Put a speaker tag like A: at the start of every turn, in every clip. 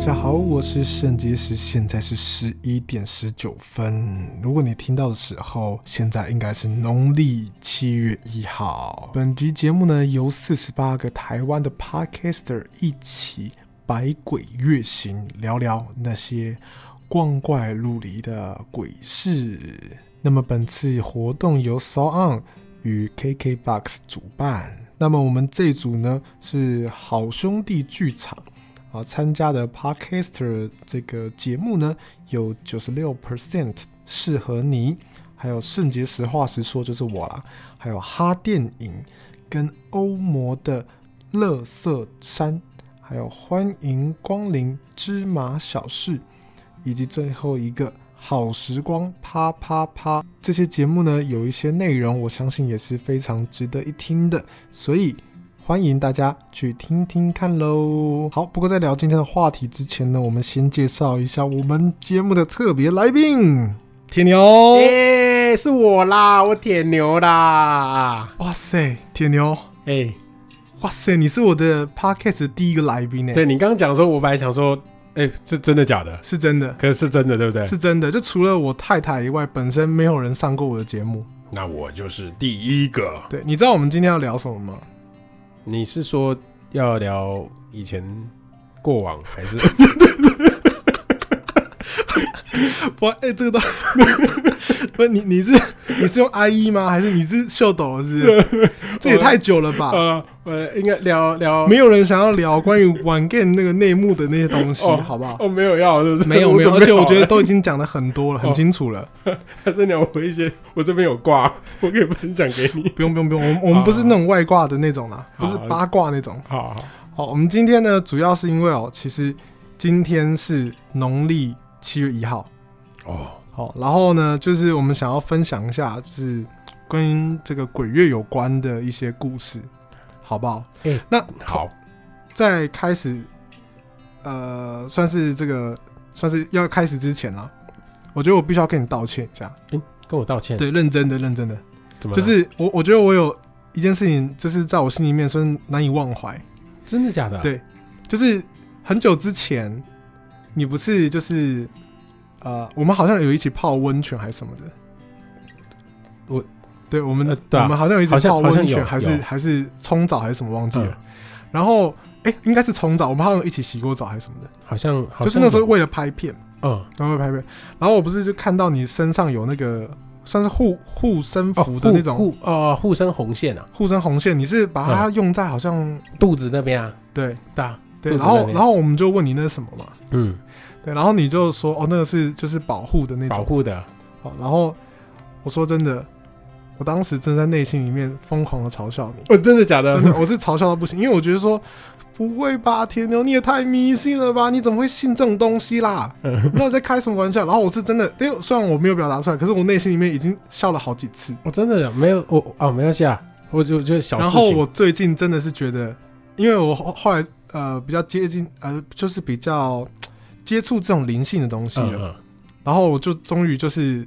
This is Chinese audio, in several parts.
A: 家好，我是肾结石，现在是十一点十九分。如果你听到的时候，现在应该是农历七月一号。本集节目呢，由四十八个台湾的 podcaster 一起百鬼夜行，聊聊那些光怪陆离的鬼事。那么本次活动由 s o On 与 KKBox 主办。那么我们这组呢是好兄弟剧场。啊，参加的 Podcaster 这个节目呢，有九十六 percent 适合你，还有圣洁实话实说就是我啦，还有哈电影跟欧魔的乐色山，还有欢迎光临芝麻小事，以及最后一个好时光啪啪啪。这些节目呢，有一些内容，我相信也是非常值得一听的，所以欢迎大家去听听看喽。好，不过在聊今天的话题之前呢，我们先介绍一下我们节目的特别来宾——铁牛。
B: 哎、是我啦，我铁牛啦！
A: 哇塞，铁牛！
B: 哎、
A: 哇塞，你是我的 podcast 的第一个来宾呢、欸
B: 对你刚刚讲的时候，我本来想说，哎、是真的假的？
A: 是真的，
B: 可是是真的，对不对？
A: 是真的。就除了我太太以外，本身没有人上过我的节目。
B: 那我就是第一个。
A: 对，你知道我们今天要聊什么吗？
B: 你是说要聊以前过往，还 是
A: 不，哎、这个都 不是你，你是你是用 IE 吗？还是你是秀抖？是不是？这也太久了吧！
B: 呃呃，应该聊聊
A: 没有人想要聊关于玩 game 那个内幕的那些东西，
B: 哦
A: 好不好？
B: 哦，没有要，是不是？
A: 没有
B: 我
A: 没有，
B: 准
A: 而
B: 备
A: 且我
B: 好
A: 觉得
B: 了哦
A: 都已经讲的很多了，很清楚了。
B: 还是聊我一些，我这边有挂，我可以分享给你。
A: 不用不用不用，我们我们不是那种外挂的那种啦，不
B: 哦好
A: 是八卦那种。
B: 好好，
A: 好，我们今天呢，主要是因为哦，其实今天是农历七月一号，
B: 哦，
A: 好，然后呢，就是我们想要分享一下，就是跟这个鬼月有关的一些故事，好不好？
B: 哎
A: 那
B: 好，
A: 在开始，呃，算是这个算是要开始之前啦，我觉得我必须要跟你道歉一下，
B: 跟我道歉，
A: 对，认真的，认真的，
B: 怎么了？
A: 就是我我觉得我有一件事情，就是在我心里面算难以忘怀，
B: 真的假的？
A: 对就是很久之前，你不是就是呃，我们好像有一起泡温泉还是什么的。
B: 我，
A: 对我们、
B: 呃对啊
A: 我们好像有一起
B: 好像
A: 泡温
B: 好像
A: 泉，
B: 有
A: 还是
B: 有
A: 还是冲澡还是什么忘记了。
B: 嗯
A: 然后哎、诶应该是冲澡，我们好像有一起洗过澡还是什么的。
B: 好像好像
A: 就是那时候
B: 有，
A: 为了拍片，
B: 嗯，
A: 然后为了拍片，然后我不是就看到你身上有那个算是护护身
B: 哦
A: 符的那种
B: 护嗯护呃护身红线啊，
A: 护身红线，你是把它用在好像、
B: 肚子那边啊，
A: 对
B: 对啊，
A: 对，
B: 肚
A: 然
B: 子那
A: 后
B: 边
A: 然后我们就问你那是什么嘛？
B: 嗯，
A: 对，然后你就说哦，那个是就是保护的那
B: 保
A: 种。
B: 护的，
A: 好，然后我说真的，我当时真在内心里面疯狂的嘲笑 你，
B: 哦，真的假的？
A: 真的，我是嘲笑到不行，因为我觉得说不会吧，铁牛你也太迷信了吧，你怎么会信这种东西啦？
B: 嗯
A: 那在开什么玩笑？然后我是真的，因为虽然我没有表达出来，可是我内心里面已经笑了好几次。
B: 我哦真的没有，我哦，没关系啊，我就就小事
A: 然
B: 情。
A: 后我最近真的是觉得，因为我后后来呃比较接近呃就是比较接触这种灵性的东西了，
B: 嗯嗯
A: 然后我就终于就是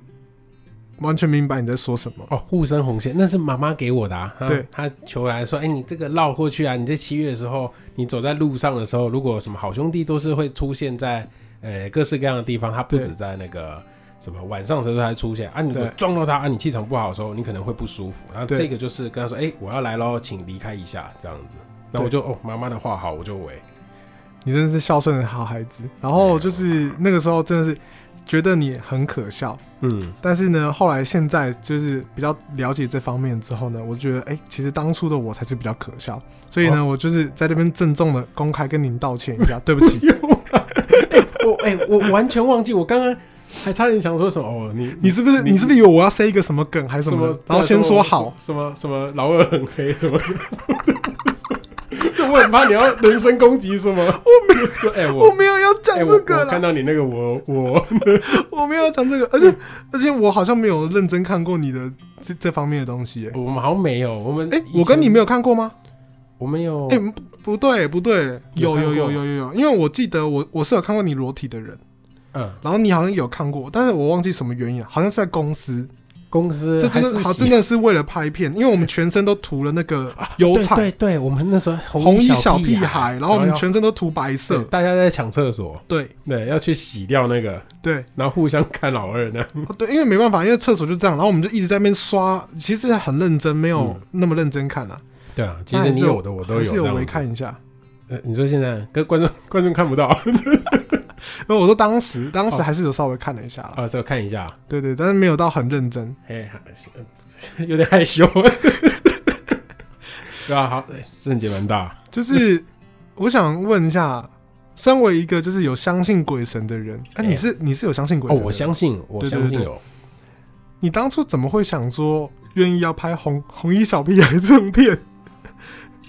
A: 完全明白你在说什么。
B: 哦，护身红线那是妈妈给我的啊。她
A: 对
B: 她求来说，哎，你这个绕过去啊，你在七月的时候，你走在路上的时候，如果有什么好兄弟都是会出现在呃各式各样的地方，他不
A: 对
B: 止在那个。什么晚上的时候才出现啊？你如果
A: 对
B: 撞到他啊，你气场不好的时候，你可能会不舒服。然后
A: 对
B: 这个就是跟他说：“哎、我要来喽，请离开一下。”这样子，那我就哦，妈妈的话好，我就喂。
A: 你真的是孝顺的好孩子。然
B: 啊
A: 后就是那个时候真的是觉得你很可笑，
B: 嗯，
A: 但是呢，后来现在就是比较了解这方面之后呢，我就觉得哎、其实当初的我才是比较可笑。所以呢，
B: 哦
A: 我就是在这边郑重的公开跟您道歉一下， 对不 起。
B: 我哎、我完全忘记，我刚刚还差点想说什么哦，你
A: 你是不是你是不是以为我要塞一个什么梗还是什么的？然后先说好，
B: 啊什么什么老二很黑什么，就我很怕你要人身攻击是吗？我没说哎、
A: 我
B: 我
A: 没有要讲
B: 哎、我
A: 这
B: 我
A: 个
B: 看
A: 啦，
B: 到你那个我我
A: 我没有要讲这个，而且而且我好像没有认真看过你的这这方面的东西、哎
B: 我们好像没有我们
A: 哎、我跟你没
B: 有
A: 有看过吗？
B: 我们有
A: 哎、不不对，不对，
B: 哦有
A: 有有有
B: 看
A: 有
B: 过
A: 有有，因为我记得我我是有看过你裸体的人，
B: 嗯
A: 然后你好像有看过，但是我忘记什么原因了，好像是在公司，
B: 公司
A: 这真的好，真
B: 的
A: 的是为了拍片，因为我们全身都涂了那个油彩，
B: 对对对，我们那时候
A: 红
B: 衣
A: 衣小屁
B: 屁
A: 孩，然后我们全身都涂白
B: 对
A: 色。
B: 大家在抢厕所，
A: 对
B: 对，要去洗掉那个，
A: 对
B: 然后互相看老二呢。
A: 哦对，因为没办法，因为厕所就这样，然后我们就一直在那边刷，其实很认真，没有那么认真看啊，
B: 对啊，其
A: 那
B: 实
A: 还
B: 你
A: 是有
B: 有的我嗯都
A: 还是
B: 这样
A: 微
B: 子
A: 看一下。
B: 呃，你说现在跟观众 观众看不到
A: 因为我说当时，当
B: 哦
A: 时还是有稍微看了一下啦，
B: 啊，这个看一下，
A: 对对，但是没有到很认真。
B: 哎，还有点害羞， 对啊，好，哎圣洁蛮大，
A: 就是我想问一下，身为一个就是有相信鬼神的人，哎、
B: 哎
A: 你是你是有相信鬼
B: 哦
A: 神的，人？
B: 我相信，我
A: 对对
B: 相信
A: 对
B: 有，
A: 你当初怎么会想说愿意要拍红 红衣小屁孩这种片？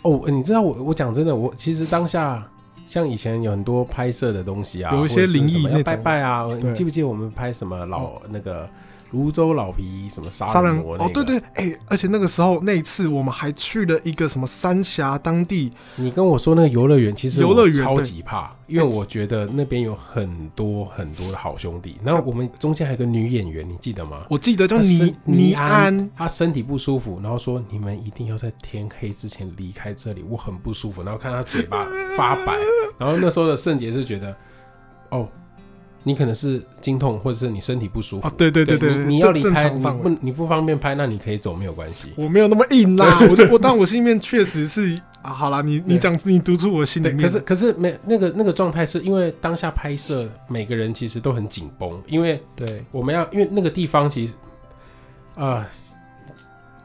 B: 哦，你知道我我讲真的，我其实当下像以前有很多拍摄的东西啊，
A: 有一些
B: 或者是
A: 灵异
B: 什么要
A: 那种
B: 拜拜啊，你
A: 对嗯
B: 记不记得我们拍什么老那个泸州老皮什么
A: 杀
B: 杀
A: 人
B: 魔？
A: 哦，对，对，哎、而且那个时候那一次我们还去了一个什么三峡当地，
B: 你跟我说那个游乐园，其实
A: 游
B: 我
A: 乐园
B: 超
A: 对
B: 级怕，因为我觉得那边有很多很多的好兄弟。然后我们中间还有个女演员，你记得吗？
A: 我记得叫
B: 她身
A: 尼尼
B: 啊安，
A: 安，
B: 她身体不舒服，然后说你们一定要在天黑之前离开这里，我很不舒服。然后看她嘴巴 发白，然后那时候的圣杰是觉得，哦，你可能是经痛，或者是你身体不舒服。
A: 啊，对对对对，
B: 你你要
A: 正
B: 离
A: 正
B: 开，
A: 常
B: 你
A: 范
B: 不
A: 围。
B: 你不方便拍，那你可以走，没有关系。
A: 我没有那么硬啦，我就我但我心里面确实是啊，好啦，你你
B: 对
A: 讲你读出我心里
B: 对，
A: 面，
B: 可是可是没那个那个状态，是因为当下拍摄每个人其实都很紧绷，因为
A: 对，
B: 我们要因为那个地方其实，呃，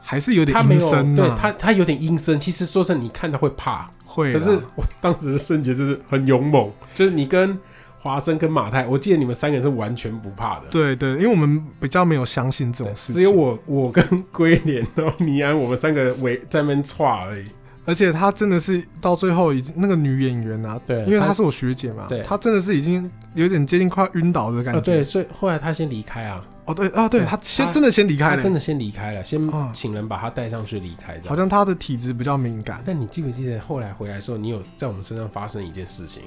A: 还是有点
B: 他没
A: 阴
B: 有
A: 森啊
B: 对
A: 呐、
B: 他他有点阴森。其实说真的，你看他会怕，
A: 会啦，
B: 可是我当时的圣杰就是很勇猛，就是你跟华生跟马太，我记得你们三个人是完全不怕的。
A: 对对，因为我们比较没有相信这种事情，
B: 只有，我，我跟龟莲，然后尼安，我们三个围在那边歘而已。
A: 而且她真的是到最后已经那个女演员啊，
B: 对
A: 因为
B: 她
A: 她是我学姐嘛
B: 对，
A: 她真的是已经有点接近快要晕倒的感
B: 啊，
A: 觉，
B: 对，所以后来他先离开啊，
A: 哦对啊对，
B: 对
A: 她先
B: 她
A: 真的先离开
B: 他真
A: 了，
B: 的先离开了，先
A: 啊
B: 请人把他带上去离开，这样
A: 好。像她的体质比较敏感，
B: 那你记不记得后来回来的时候，你有在我们身上发生一件事情，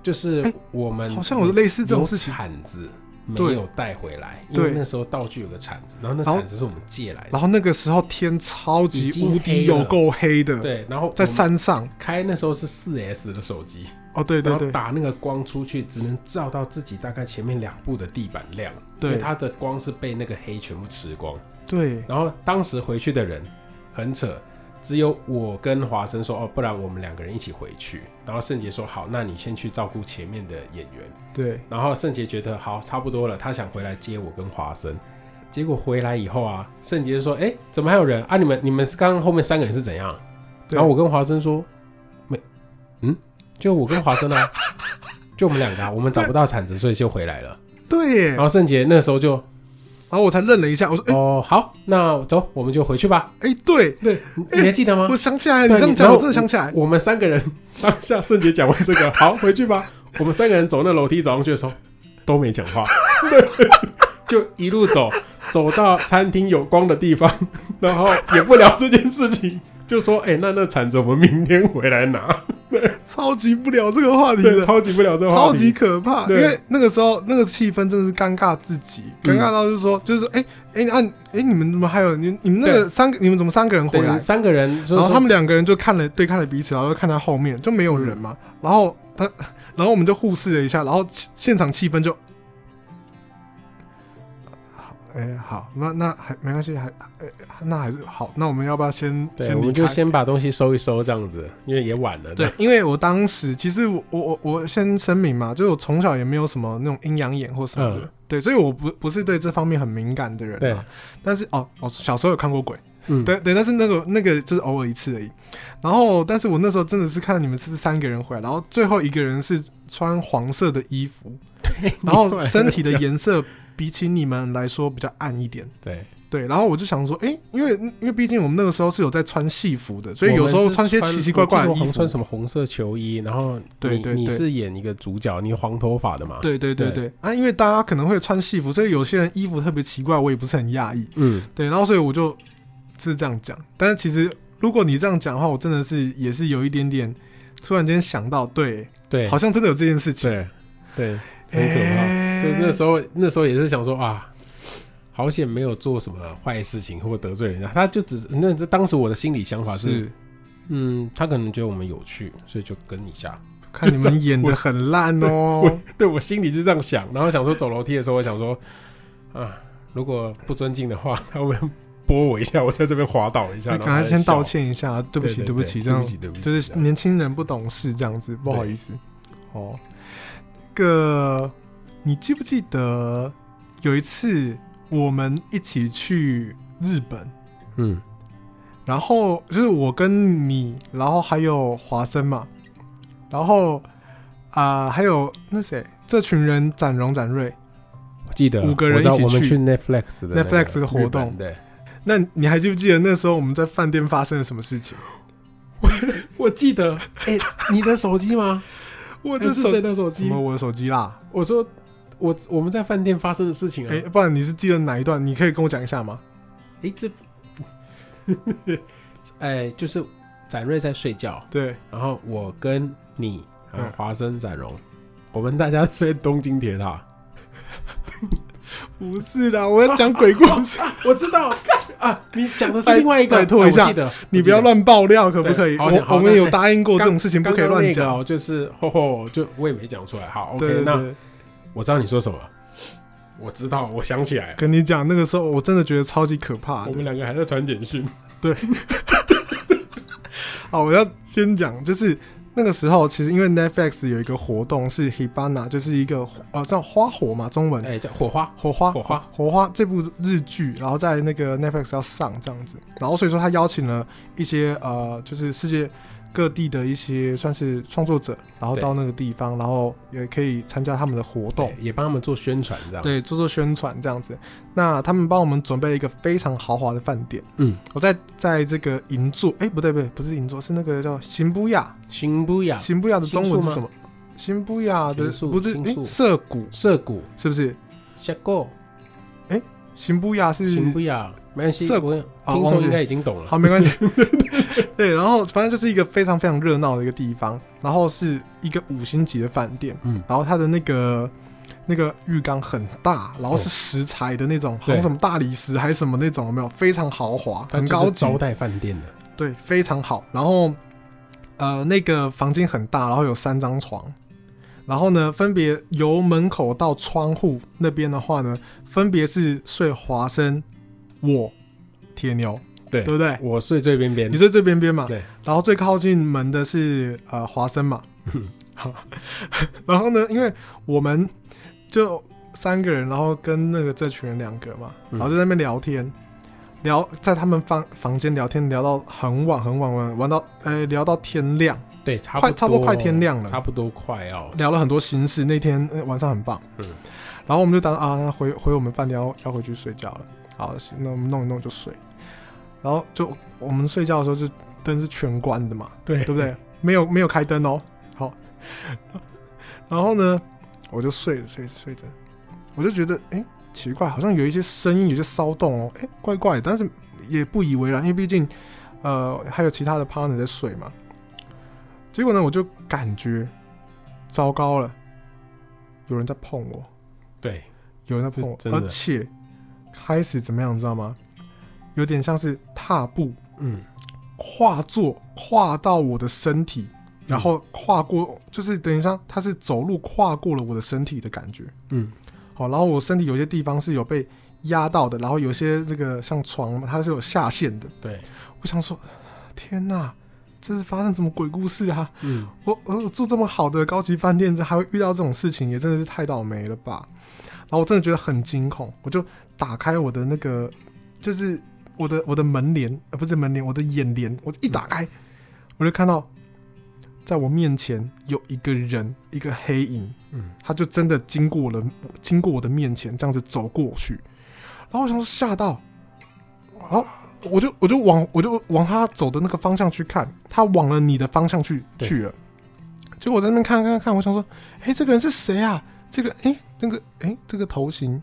B: 就是
A: 哎
B: 我们
A: 好像有类似这种事情
B: 有铲子
A: 对
B: 没有带回来，因
A: 对
B: 为那时候道具有个铲子，然后那
A: 然后
B: 铲子是我们借来的，
A: 然后那个时候天超级
B: 已经
A: 无
B: 黑
A: 敌有
B: 了
A: 够黑的，
B: 对，然后
A: 在
B: 我们
A: 山上，
B: 开那时候是四 S 的手机，
A: 哦对对
B: 然后
A: 对，
B: 打那个光出去，只能照到自己大概前面两步的地板亮，
A: 对
B: 因为它的光是被那个黑全部吃光。
A: 对
B: 然后当时回去的人很扯，只有我跟华生说哦，不然我们两个人一起回去。然后圣杰说好，那你先去照顾前面的演员。
A: 对，
B: 然后圣杰觉得好差不多了，他想回来接我跟华生。结果回来以后啊，圣杰就说：“哎、怎么还有人啊？你们你们是刚刚后面三个人是怎样？”
A: 对
B: 然后我跟华生说：“没，嗯，就我跟华生啊，就我们两个、啊，我们找不到铲子，所以就回来了。”
A: 对耶，
B: 然
A: 然
B: 后圣杰那时候就
A: 后我才愣了一下，我说哎
B: 哦好，那走，我们就回去吧。
A: 哎对，
B: 对，你你还记得吗？
A: 我想起来了，你
B: 对
A: 这样
B: 你
A: 讲
B: 然
A: 我
B: 后
A: 真的想起来，
B: 我们三个人当下圣杰讲完这个， 好，回去吧。我们三个人走那楼梯走上去的时候，都没讲话， 就一路走，走到餐厅有光的地方，然后也不聊这件事情，就说：“哎、那那铲子我们明天回来拿。
A: 超级不聊这个话”题
B: 对，
A: 的。
B: 超级不聊这个话
A: 超级
B: 题。
A: 可怕，因
B: 对
A: 为那个时候那个气氛真的是尴尬至极，尴
B: 嗯
A: 尬到就是说，就是说，哎哎啊哎，你们怎么还有你你们那个
B: 对
A: 三个你们怎么三个人回
B: 对，
A: 来？
B: 三个人就是说，
A: 然后他们两个人就看了对看了彼此，然后就看他后面就没有人嘛，
B: 嗯
A: 然后他然后我们就互视了一下，然后气现场气氛就。好，哎，好，那那还没关系，还，哎那还是好，那我们要不要先
B: 对，
A: 先
B: 我
A: 离
B: 们就
A: 开？
B: 先把东西收一收，这样子，因为也晚了。
A: 对，，因为我当时其实我我我我先声明嘛，就是我从小也没有什么那种阴阳眼或什么的，
B: 嗯
A: 对，所以我不不是对这方面很敏感的人、
B: 对
A: 啊。但是哦，我小时候有看过鬼，
B: 嗯，
A: 对对，但是那个那个就是偶尔一次而已。然后，但是我那时候真的是看到你们是三个人回来，然后最后一个人是穿黄色的衣服， 然后身体的颜色比起你们来说比较暗一点。
B: 对，
A: 对，然后我就想说，诶，因为因为毕竟我们那个时候是有在穿戏服的，所以有时
B: 我
A: 候
B: 们是
A: 穿些奇奇怪怪的
B: 我记得我
A: 衣
B: 好像穿
A: 服。
B: 什么红色球衣，然后你
A: 对对
B: 你
A: 对
B: 是演一个主角，你黄头发的嘛？，
A: 对对对
B: 对
A: 对，啊，因为大家可能会穿戏服，所以有些人衣服特别奇怪，我也不是很讶异。
B: 嗯，
A: 对，然后所以我就是这样讲，但是其实如果你这样讲的话，我真的是也是有一点点突然间想到，对，
B: 对，
A: 好像真的有这件事情，
B: 对对，很可怕。
A: 欸
B: 就那时候那时候也是想说啊，好险没有做什么坏事情或得罪人家，他就只是那这当时我的心理想法是，
A: 是
B: 嗯，他可能觉得我们有趣，所以就跟一下。
A: 看你们演的很烂哦。
B: 对我心里是这样想，然后想说走楼梯的时候，我想说啊，如果不尊敬的话，他们拨我一下，我在这边滑倒一下，
A: 那
B: 然
A: 赶快
B: 后再
A: 先
B: 笑
A: 道，歉一下，对不起，对
B: 对
A: 不起，这
B: 对
A: 样
B: 不起，对不起，
A: 就是
B: 这样
A: 年轻人不懂事这样子，不好意思。哦，那个你记不记得有一次我们一起去日本，
B: 嗯，
A: 然后就是我跟你，然后还有华生嘛，然后啊、还有那谁，这群人展荣展瑞，
B: 我记得
A: 五个人
B: 我知道
A: 一起
B: 我们
A: 去
B: 去 Netflix 的那个
A: Netflix 的活
B: 日本
A: 动
B: 对。
A: 那你还记不记得那时候我们在饭店发生了什么事情？
B: 我 记得，哎、你的手机吗？
A: 我
B: 哎
A: 的
B: 是
A: 手
B: 谁的手机
A: 什么？我的手机啦？
B: 我说，我我们在饭店发生的事情啊。
A: 哎、
B: 哎、
A: 不然你是记得哪一段？你可以跟我讲一下吗？
B: 这，哎、就是展瑞在睡觉，
A: 对，
B: 然后我跟你，还有
A: 嗯
B: 华生、展荣，我们大家在东京铁塔。
A: 不是啦，我要讲鬼故 事，
B: 我知道啊，你讲的是
A: 拜
B: 另外一个，
A: 拜托一下
B: 啊我记得
A: 你不要。乱爆料，可不可以？
B: 对好险
A: 我
B: 好
A: 我们
B: 那
A: 有
B: 那
A: 答应过这
B: 刚
A: 种事情不可以乱
B: 讲，刚刚那
A: 讲。
B: 个哦就是吼吼，就我也没讲出来。好，OK，
A: 对对
B: 那
A: 对，
B: 我知道你说什么，我知道，我想起来了，
A: 跟你讲，那个时候我真的觉得超级可怕
B: 我
A: 的
B: 们。两个还在传简讯。
A: 好，我要先讲，就是那个时候，其实因为 Netflix 有一个活动是 Hibana，就是一个呃叫花火嘛，中文、
B: 哎，叫火花，
A: 火花
B: 火花
A: 火花这部日剧，然后在那个 Netflix 要上这样子，然后所以说他邀请了一些呃，就是世界各地的一些算是创作者，然后
B: 对
A: 到那个地方，然后也可以参加他们的活动
B: 对，，也帮他们做宣传，这样。
A: 对，做做宣传这样子。那他们帮我们准备了一个非常豪华的饭店，
B: 嗯，
A: 我在在这个银座，哎、不对不对，不是银座，是那个叫新布亚，
B: 新不雅
A: 新布亚的中文是
B: 新宿
A: 什
B: 吗
A: 么？新布亚的
B: 新宿
A: 不是
B: 新
A: 哎
B: 宿
A: 涩谷
B: 涩谷
A: 是不是？
B: 下购
A: 新布亚是
B: 嗯新不雅，没关系，
A: 涩
B: 我跟
A: 啊
B: 听
A: 忘
B: 众
A: 记
B: 应该已经懂了。
A: 好，没关系。 对，然后反正就是一个非常非常热闹的一个地方，然后是一个五星级的饭店，
B: 嗯
A: 然后它的那个那个浴缸很大，然后是
B: 哦
A: 石材的那种，好
B: 对
A: 像什么大理石还是什么那种，有没有？非常豪华，
B: 它
A: 很
B: 就是
A: 高级，
B: 招待饭店的，
A: 对，非常好。然后呃，那个房间很大，然后有三张床。然后呢，分别由门口到窗户那边的话呢，分别是睡华生、我、铁牛，
B: 对
A: 对不对？
B: 我睡最边边
A: 你，睡最边边嘛，
B: 对，
A: 然后最靠近门的是呃华生嘛
B: 嗯，
A: 好， 然后呢，因为我们就三个人，然后跟那个这群人两个嘛，
B: 嗯
A: 然后就在那边聊天，聊在他们房房间聊天，聊到很晚很晚玩玩到呃聊到天亮，
B: 对，差
A: 快差不
B: 多
A: 多快天亮了
B: 差不多快哦。
A: 聊了很多心事。那天、呃晚上很棒，
B: 嗯
A: 然后我们就当啊那回回我们饭店要要回去睡觉了。好，那我们弄一弄就睡，然后就我们睡觉的时候就灯是全关的嘛，
B: 对
A: 对不对？没有没有开灯哦。好，然后呢，我就睡着睡着睡着，我就觉得哎、诶奇怪，好像有一些声音，有些骚动哦，哎、怪怪的，但是也不以为然，因为毕竟呃还有其他的 partner 在睡嘛。结果呢，我就感觉糟糕了，有人在碰我，
B: 对，
A: 有人在碰我
B: 是，真的
A: 而且开始怎么样，你知道吗？有点像是踏步
B: 嗯，
A: 跨坐跨到我的身体，然后跨过，就是等于像他是走路跨过了我的身体的感觉。
B: 嗯，
A: 好，然后我身体有些地方是有被压到的，然后有些这个像床，它是有下陷的。
B: 对，
A: 我想说，天哪，这是发生什么鬼故事啊？
B: 嗯，
A: 我我住这么好的高级饭店，这还会遇到这种事情，也真的是太倒霉了吧。然后我真的觉得很惊恐，我就打开我的那个，就是我的我的门帘，呃，不是门帘，我的眼帘，我一打开，我就看到，在我面前有一个人，一个黑影，
B: 嗯，
A: 他就真的经过了，经过我的面前，这样子走过去，然后我想说吓到，然后我就我就往我就往他走的那个方向去看，他往了你的方向去
B: 对
A: 去了。结果我在那边看看看，我想说，哎、这个人是谁啊？这个哎、那个哎、这个头型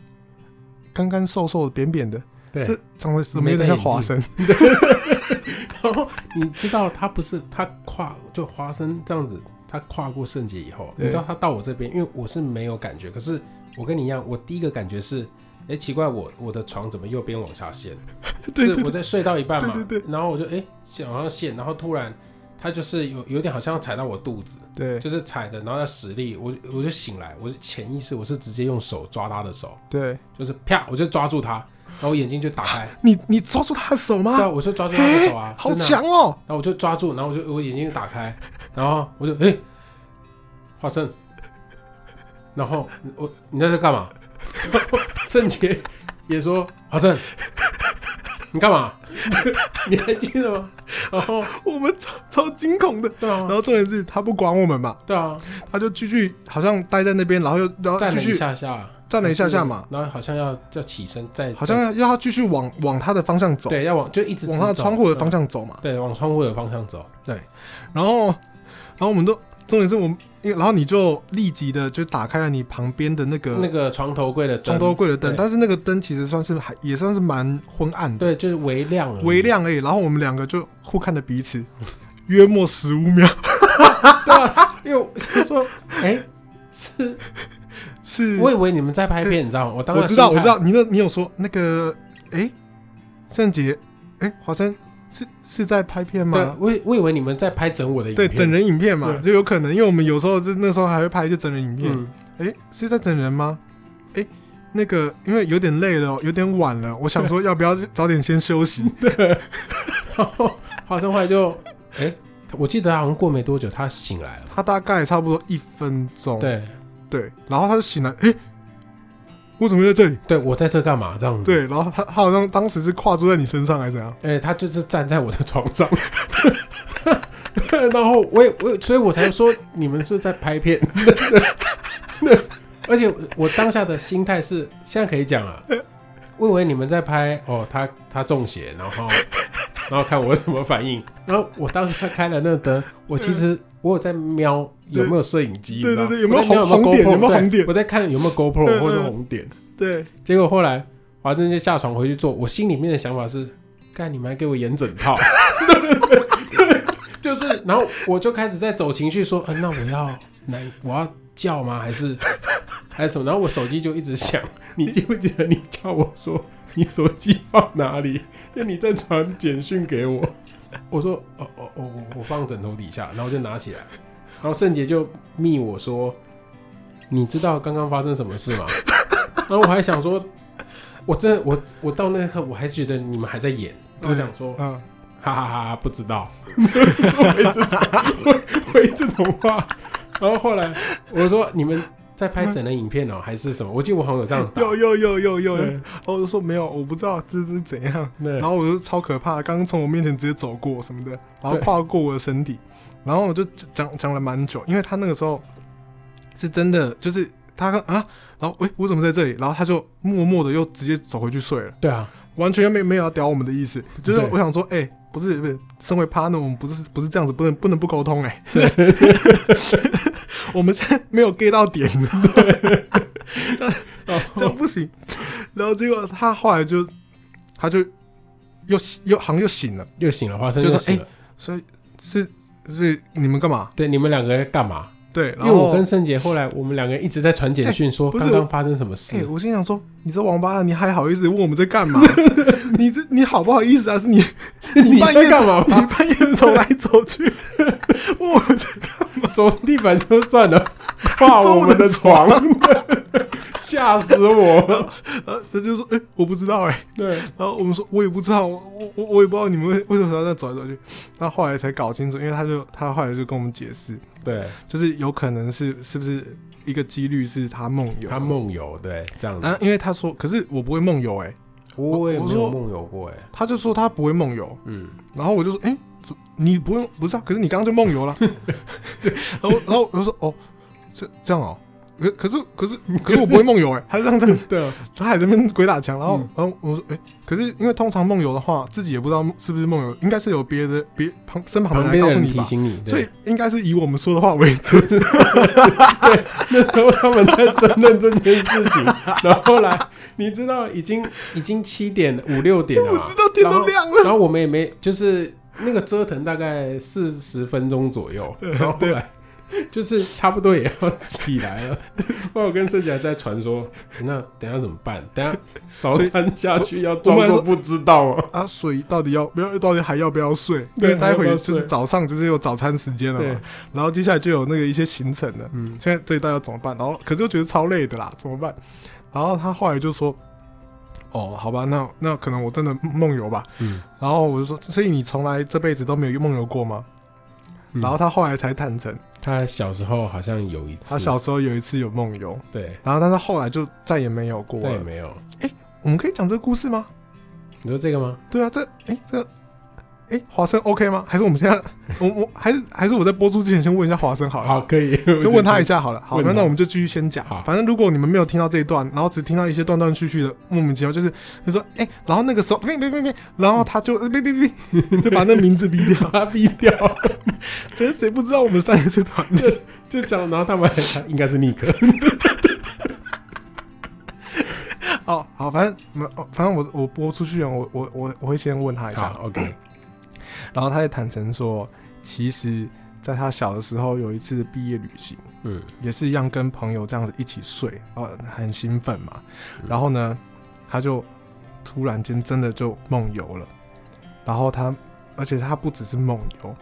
A: 干干瘦瘦的、扁扁的，
B: 对。
A: 这长得怎么有点像华生？
B: 然后 你知道他不是他跨就花生这样子，他跨过圣节以后，
A: 对
B: 你知道他到我这边，因为我是没有感觉，可是我跟你一样，我第一个感觉是哎、奇怪，我我的床怎么右边往下陷？
A: 对对
B: 是我
A: 对
B: 在睡到一半嘛，
A: 对对
B: 然后我就哎、陷往上陷，然后突然它就是有有点好像要踩到我肚子，
A: 对
B: 就是踩的，然后要使力，我我就醒来，我是潜意识我是直接用手抓他的手，
A: 对，
B: 就是啪，我就抓住他，然后我眼睛就 打开，
A: 你你抓住他的手
B: 对啊，
A: 吗？
B: 我就抓住他的
A: 哎，
B: 手啊，
A: 啊 好
B: 真的啊
A: 强哦！
B: 然后我就抓住，然后我就我眼睛就打开， 然后我就哎、欸华生，然后我你在这干嘛？ 圣杰也说华生，你干嘛？ 你还记得吗？然后
A: 我们超超惊恐的。
B: 对啊
A: 然，后重点是他不管我们嘛，
B: 对啊，
A: 他就继续好像待在那边，然后又然后
B: 站
A: 啊继
B: 了一
A: 续
B: 下下，
A: 站了一下下嘛，
B: 然后好像要要起身，再
A: 好像要要他继续往往他的方向走，
B: 对要往就一直
A: 往他的
B: 直走
A: 窗户的方，向走嘛
B: 嗯。对，往窗户的方向走，
A: 然后然后我们都重点是我们，因为然后你就立即的就打开了你旁边的那
B: 那
A: 个
B: 个床头柜的灯
A: 床头柜的灯，
B: 对
A: 但是那个灯其实算是还也算是蛮昏暗的，
B: 对，就是微亮而已，
A: 微亮而已。然后我们两个就互看着彼此，约莫十五秒，
B: 对啊，因为我想说，哎、是，
A: 是
B: 我以为你们在拍片，你知道吗？我当时
A: 嗯我知道，
B: 心
A: 我
B: 态
A: 知道，，你那，你有说那个，哎、圣杰，哎、华生是是在拍片
B: 对
A: 吗，？
B: 我以我以为你们在拍整我的
A: 嗯
B: 影
A: 对，
B: 片，
A: 整人影片嘛，
B: 对
A: 就有可能，因为我们有时候就那时候还会拍一些整人影片。
B: 嗯，
A: 哎、是在整人吗？哎、那个，因为有点累了哦，有点晚了，我想说要不要早点先休息？
B: 然后华生后来就，哎、我记得好像过没多久他醒来了，
A: 他大概差不多一分钟，
B: 对，
A: 对，然后他就醒来，哎、我怎么会在这里？
B: 对我在这干嘛这样子？，
A: 对，然后他他好像当时是跨坐在你身上还是怎样？
B: 哎、他就是站在我的床上。 然后我也我也，所以我才说你们是在拍片。 对，而且我当下的心态是，现在可以讲啊，我以为你们在拍哦，他他中邪，然后然后看我什么反应。然后我当时开了那灯，我其实我有在瞄有没有摄影机，
A: 嗯对
B: 你知道
A: 对对有没有
B: 我在瞄
A: 红红点
B: GoPro，
A: 有没有
B: 对
A: 红点
B: 我在看有没有 GoPro
A: 嗯
B: 或者
A: 嗯
B: 红点。
A: 对，
B: 结果后来华正就下床回去做，我心里面的想法是，干你们还给我演整套，就是，然后我就开始在走情绪，说，嗯、那我要难，我要叫吗？还是还是什么？然后我手机就一直响，你记不记得你叫我说你手机放哪里？就你在传简讯给我，我说，哦哦哦，我我放枕头底下，然后就拿起来，然后圣杰就密我说，你知道刚刚发生什么事吗？然后我还想说，我真的我我到那一刻我还觉得你们还在演，我想说，
A: 嗯，
B: 哈哈哈哈，不知道， 回这种回回这种话。然后后来我说你们在拍整人影片哦、还是什么？我记得我好像有这样 打，
A: 有有有有有，
B: 对
A: 然后我就说没有，我不知道这这是怎样。
B: 对
A: 然后我就超可怕，刚刚从我面前直接走过什么的，然后
B: 对
A: 跨过我的身体，然后我就讲讲了蛮久，因为他那个时候是真的，就是他刚啊，然后喂、我怎么在这里？然后他就默默的又直接走回去睡了，
B: 对啊，
A: 完全没没有要屌我们的意思，就是
B: 对
A: 我想说，哎、不是不是，身为 partner，我们不是不是这样子，不能不能不沟 通哎、我们现在没有 get 到点，
B: 然
A: 这
B: 后
A: 样不行。然后结果他后来就，他就又又好像又醒了，
B: 又醒了，花生
A: 就
B: 又
A: 说哎
B: 醒了。
A: 所以是所以你们干嘛？
B: 对，你们两个在干嘛？
A: 对，
B: 因
A: 然
B: 为我
A: 后
B: 跟圣杰后来我们两个一直在传简讯说
A: 哎不是
B: 刚刚发生什么事
A: 哎、。我心想说，你这王八蛋，你还好意思问我们在干嘛？ 你这你好不好意思啊？是你
B: 是 你
A: 半
B: 在
A: 夜
B: 干嘛
A: 你半夜走来走 去，问我们在
B: 走地板就算了，跨我们的床， 吓死我了。
A: 呃，他就说，哎、我不知道哎、
B: 对，
A: 然后我们说，我也不知道，我我我我也不知道你们为为什么要在走来走去。然后后来才搞清楚，因为他就他后来就跟我们解释，
B: 对
A: 就是有可能是是不是一个几率是他梦游，
B: 他，梦游，对，这样
A: 然后
B: 子。
A: 因为他说，可是我不会梦游哎、
B: 我也
A: 啊我
B: 没有
A: 说
B: 梦游过，哎，
A: 他就说他不会梦游，
B: 嗯，
A: 然后我就说，哎、怎你不用不是啊？可是你刚刚就梦 游了，然后然后我就说，哦，这这样哦。可可是可是 可是我不会梦游 哎，他就这样这样
B: 对啊，
A: 他还在那边鬼打墙，然后、
B: 嗯
A: 然后我说，哎、可是因为通常梦游的话，自己也不知道是不是梦游，应该是有别的别旁身旁的
B: 旁
A: 人来
B: 边
A: 告
B: 的
A: 诉
B: 人
A: 你
B: 提
A: 吧，
B: 醒你，
A: 所
B: 对
A: 以，应该是以我们说的话为准。
B: 那时候他们在争论这件 事情，然后后来你知道已经已经七点五六点了嘛，
A: 我知道天
B: 啊然
A: 都
B: 后
A: 亮了，
B: 然后我们也没就是那个折腾大概 四十分钟左右，然后后来就是差不多也要起来了，我有跟圣姐还在传说，那等一下怎么办？等一下早餐下去要装作不知道哦吗？
A: 啊，水到底要不要？到底还要不要睡？因
B: 对
A: 为待
B: 还要不
A: 会
B: 要
A: 就是
B: 睡
A: 早上就是有早餐时间了
B: 对
A: 嘛，然后接下来就有那个一些行程了。
B: 嗯，
A: 现在这一代要怎么办？然后可是又觉得超累的啦，怎么办？然后他后来就说：“哦，好吧，那那可能我真的梦游吧。”
B: 嗯，
A: 然后我就说：“所以你从来这辈子都没有梦游过吗？”
B: 嗯
A: 然后他后来才坦诚，
B: 他小时候好像有一次，
A: 他小时候有一次有梦游，
B: 对，
A: 然后但是后来就再也没有过
B: 但也
A: 了。
B: 没有。
A: 我们可以讲这个故事吗？
B: 你说这个吗？
A: 对啊，这哎这哎华生 OK 吗？还是我们现在 我我还是还是我在播出之前先问一下华生好了。
B: 好，可 以，
A: 就问他一下好了。好，
B: 问
A: 那
B: 他
A: 那我们就继续先讲
B: 好。
A: 反正如果你们没有听到这一段，然后只听到一些断断续续的莫名其妙，就是就说哎、然后那个时候别别别别，然后他就 别别别， 就把那名字逼掉。
B: 把 他逼掉，
A: 谁谁不知道我们三个是团队？
B: 就讲，然后他们还他应该是尼克，
A: 哦，好，反正我们哦反正我我播出去前，我我我我会先问他一下
B: 好。，OK，
A: 然后他也坦诚说，其实在他小的时候有一次毕业旅行。
B: 嗯，
A: 也是一样跟朋友这样子一起睡，呃，很兴奋嘛。
B: 嗯
A: 然后呢，他就突然间真的就梦游了。然后他，而且他不只是梦游，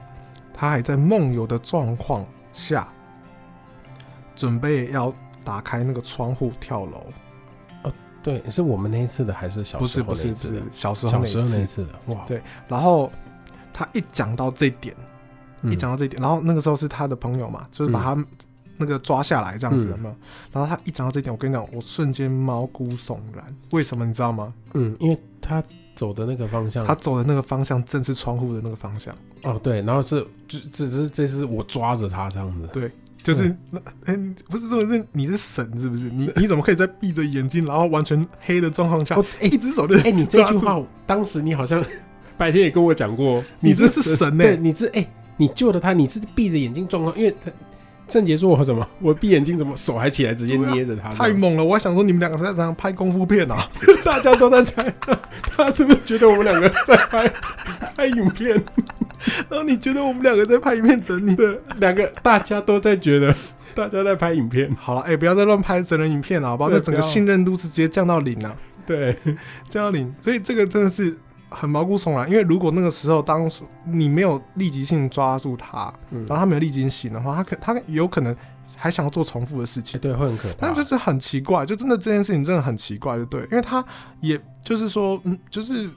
A: 他还在梦游的状况下，准备要打开那个窗户跳楼。
B: 对，是我们那一次的还是小
A: 不是
B: 时候
A: 不
B: 那
A: 是
B: 一
A: 不
B: 次的
A: 是？，小时候
B: 小
A: 那
B: 时
A: 一
B: 候那一
A: 次。
B: 次的，哇，
A: 对然后他一讲到这点，
B: 嗯
A: 一讲到这一点，然后那个时候是他的朋友嘛，就是把他那个抓下来这样子
B: 嗯
A: 的嘛。然后他一讲到这一点，我跟你讲，我瞬间毛骨悚然。为什么你知道吗？
B: 嗯，因为他走的那个方向，
A: 他走的那个方向正是窗户的那个方向，
B: 哦对，然后是就只只是这是我抓着他这样子，
A: 就是
B: 嗯
A: 那哎、不是这么是你是神是不是？你你怎么可以在闭着眼睛，然后完全黑的状况下，
B: 哦哎
A: 一只手就是
B: 哎，你这
A: 抓
B: 句
A: 住
B: 话当时你好像 白天也跟我讲过，
A: 你这
B: 这
A: 是神欸呢、
B: 对，你是哎，你救了他，你是闭着眼睛状况，因为他郑杰说我怎么我闭眼睛怎么手还起来直接
A: 对啊
B: 捏着他，
A: 太猛了！我还想说你们两个是在怎样拍功夫片啊？
B: 大家都在猜，他是不是觉得我们两个在拍拍影片？
A: 然后你觉得我们两个在拍影片整你？
B: 对，两个大家都在觉得大家在拍影片，
A: 好了，哎、不要再乱拍整人影片了，好不好？
B: 对
A: 那整个
B: 不要
A: 信任度是直接降到零啊，
B: 对，
A: 降到零。所以这个真的是很毛骨悚然，因为如果那个时候当时你没有立即性抓住他，
B: 嗯
A: 然后他没有立即醒的话，他可他有可能还想要做重复的事情。
B: 对，会很可
A: 但就是很奇怪，就真的这件事情真的很奇怪，就对，因为他也就是说，嗯，就是嘖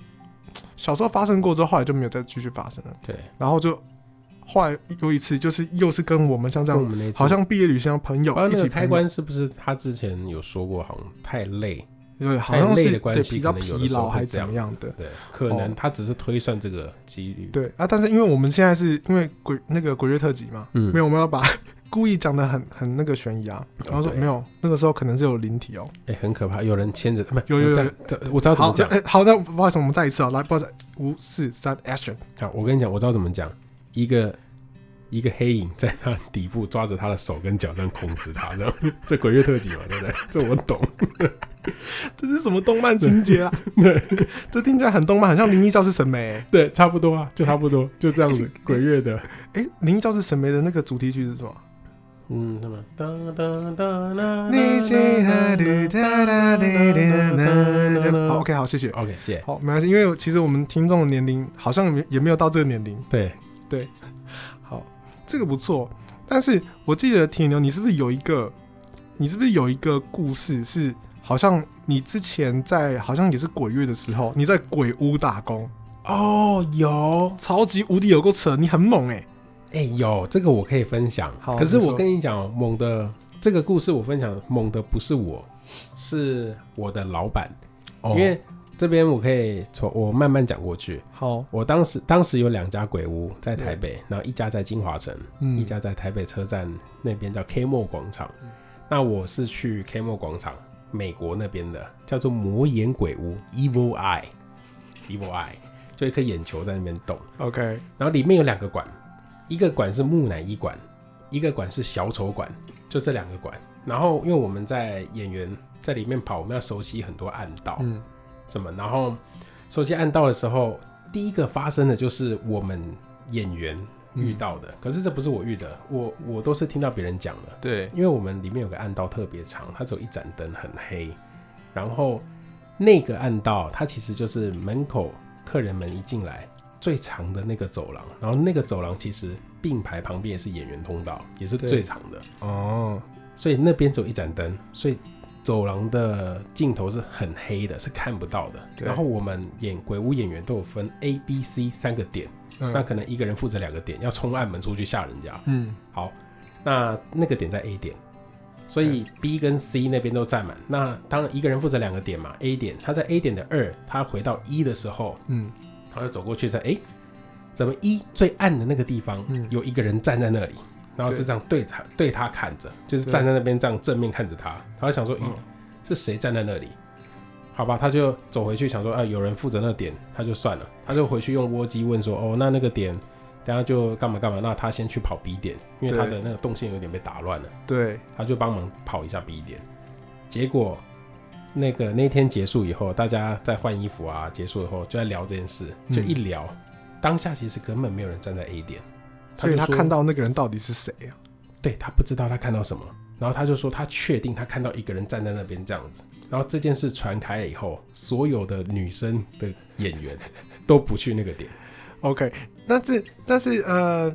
A: 小时候发生过之后，后来就没有再继续发生了，
B: 对，
A: 然后就后来有一次，就是又是跟我们像这
B: 像我
A: 样，
B: 们那次
A: 好像毕业旅行的朋友
B: 嗯好像
A: 一
B: 那
A: 起
B: 个开
A: 朋友
B: 关是不是他之前有说过，好像太累，
A: 对，好
B: 太
A: 像
B: 累
A: 是
B: 的关
A: 对
B: 系
A: 比较
B: 可能有的
A: 疲
B: 时候
A: 劳
B: 会
A: 还
B: 这
A: 怎么
B: 样
A: 样的，
B: 对，可能他只是推算这个几率，
A: 哦对啊。但是因为我们现在是因为鬼那个鬼月特辑嘛，
B: 嗯
A: 没有我们要把 故意讲的很很那个悬疑啊，然后说
B: 哦对
A: 没有那个时候可能是有灵体哦。
B: 哎，很可怕，有人牵着，不是
A: 有有有
B: 这样这我知道怎么
A: 好，
B: 讲，
A: 哎好，那不好意思，我们再一次啊，来，不好意思，五四三，action，
B: 好，我跟你讲，我知道怎么讲，一个。一个黑影在他底部抓着他的手跟脚，这样控制他，这样 这鬼月特辑嘛，对不对？这我懂。
A: 这是什么动漫情节啊？
B: 对
A: 这听起来很动漫，很像灵异教室审美。
B: 对，差不多啊，就差不多，就这样子。鬼月的，
A: 哎，灵异教室审美的那个主题曲是什么？
B: 嗯，什么？当当当 当
A: 你是海的哒哒哒哒哒。好，OK，好，谢谢。
B: OK，谢谢。
A: 好，没关系，因为其实我们听众的年龄好像也也没有到这个年龄。
B: 对，
A: 好，这个不错。但是我记得铁牛，你是不是有一个，你是不是有一个故事是好像你之前在好像也是鬼月的时候，你在鬼屋打工，
B: 哦，有，
A: 超级无敌有够扯，你很猛哎、
B: 哎、有这个我可以分享。
A: 好
B: 可是
A: 你
B: 我
A: 说
B: 跟你讲哦，猛的这个故事我分享猛的不是我，是我的老板，因为这边我可以从我慢慢讲过去。
A: 好，
B: 我当时当时有两家鬼屋在台北，然后一家在金华城，
A: 嗯
B: 一家在台北车站那边叫 K 莫广场。那我是去 K 莫广场，美国那边的，叫做魔眼鬼屋 （Evil Eye），Evil Eye 就一颗眼球在那边动。
A: OK，
B: 然后里面有两个馆，一个馆是木乃伊馆，一个馆是小丑馆，就这两个馆。然后因为我们在演员在里面跑，我们要熟悉很多暗道，
A: 嗯，
B: 什么，然后熟悉暗道的时候，第一个发生的就是我们演员遇到的，可是这不是我遇的，我我都是听到别人讲的。
A: 对，
B: 因为我们里面有个暗道特别长，它只有一盏灯，很黑。然后那个暗道，它其实就是门口客人们一进来最长的那个走廊，然后那个走廊其实并排旁边也是演员通道，也是
A: 对
B: 最长的，
A: 哦，
B: 所以那边只有一盏灯，所以走廊的尽头是很黑的，是看不到的。
A: 对
B: 然后我们演鬼屋演员都有分 A、B、C 三个点，那
A: 嗯
B: 可能一个人负责两个点，要冲暗门出去吓人家。
A: 嗯，
B: 好，那那个点在 A 点，所以 B 跟 C 那边都占满。那当然一个人负责两个点嘛，A 点他在 A 点的二，他回到一的时候，
A: 嗯，
B: 他就走过去在哎、诶怎么一最暗的那个地方、
A: 嗯
B: 有一个人站在那里，然后
A: 对
B: 是这样对他对他看着，就是站在那边这样正面看着他，他会想说，咦、
A: 嗯
B: 是谁站在那里？好吧，他就走回去想说，啊，有人负责那个点，他就算了，他就回去用窝机问说，哦，那那个点，等下就干嘛干嘛，那他先去跑 B 点，因为他的
A: 对
B: 那个动线有点被打乱了，
A: 对，
B: 他就帮忙跑一下 B 点。结果那个那天结束以后，大家在换衣服啊，结束以后就在聊这件事，
A: 嗯
B: 就一聊，当下其实根本没有人站在 A 点，
A: 所以
B: 就
A: 他
B: 说
A: 看，到那个人到底是谁啊？
B: 对他不知道他看到什么，然后他就说他确定他看到一个人站在那边这样子。然后这件事传开了以后，所有的女生的演员都不去那个点，
A: OK，但是但是呃，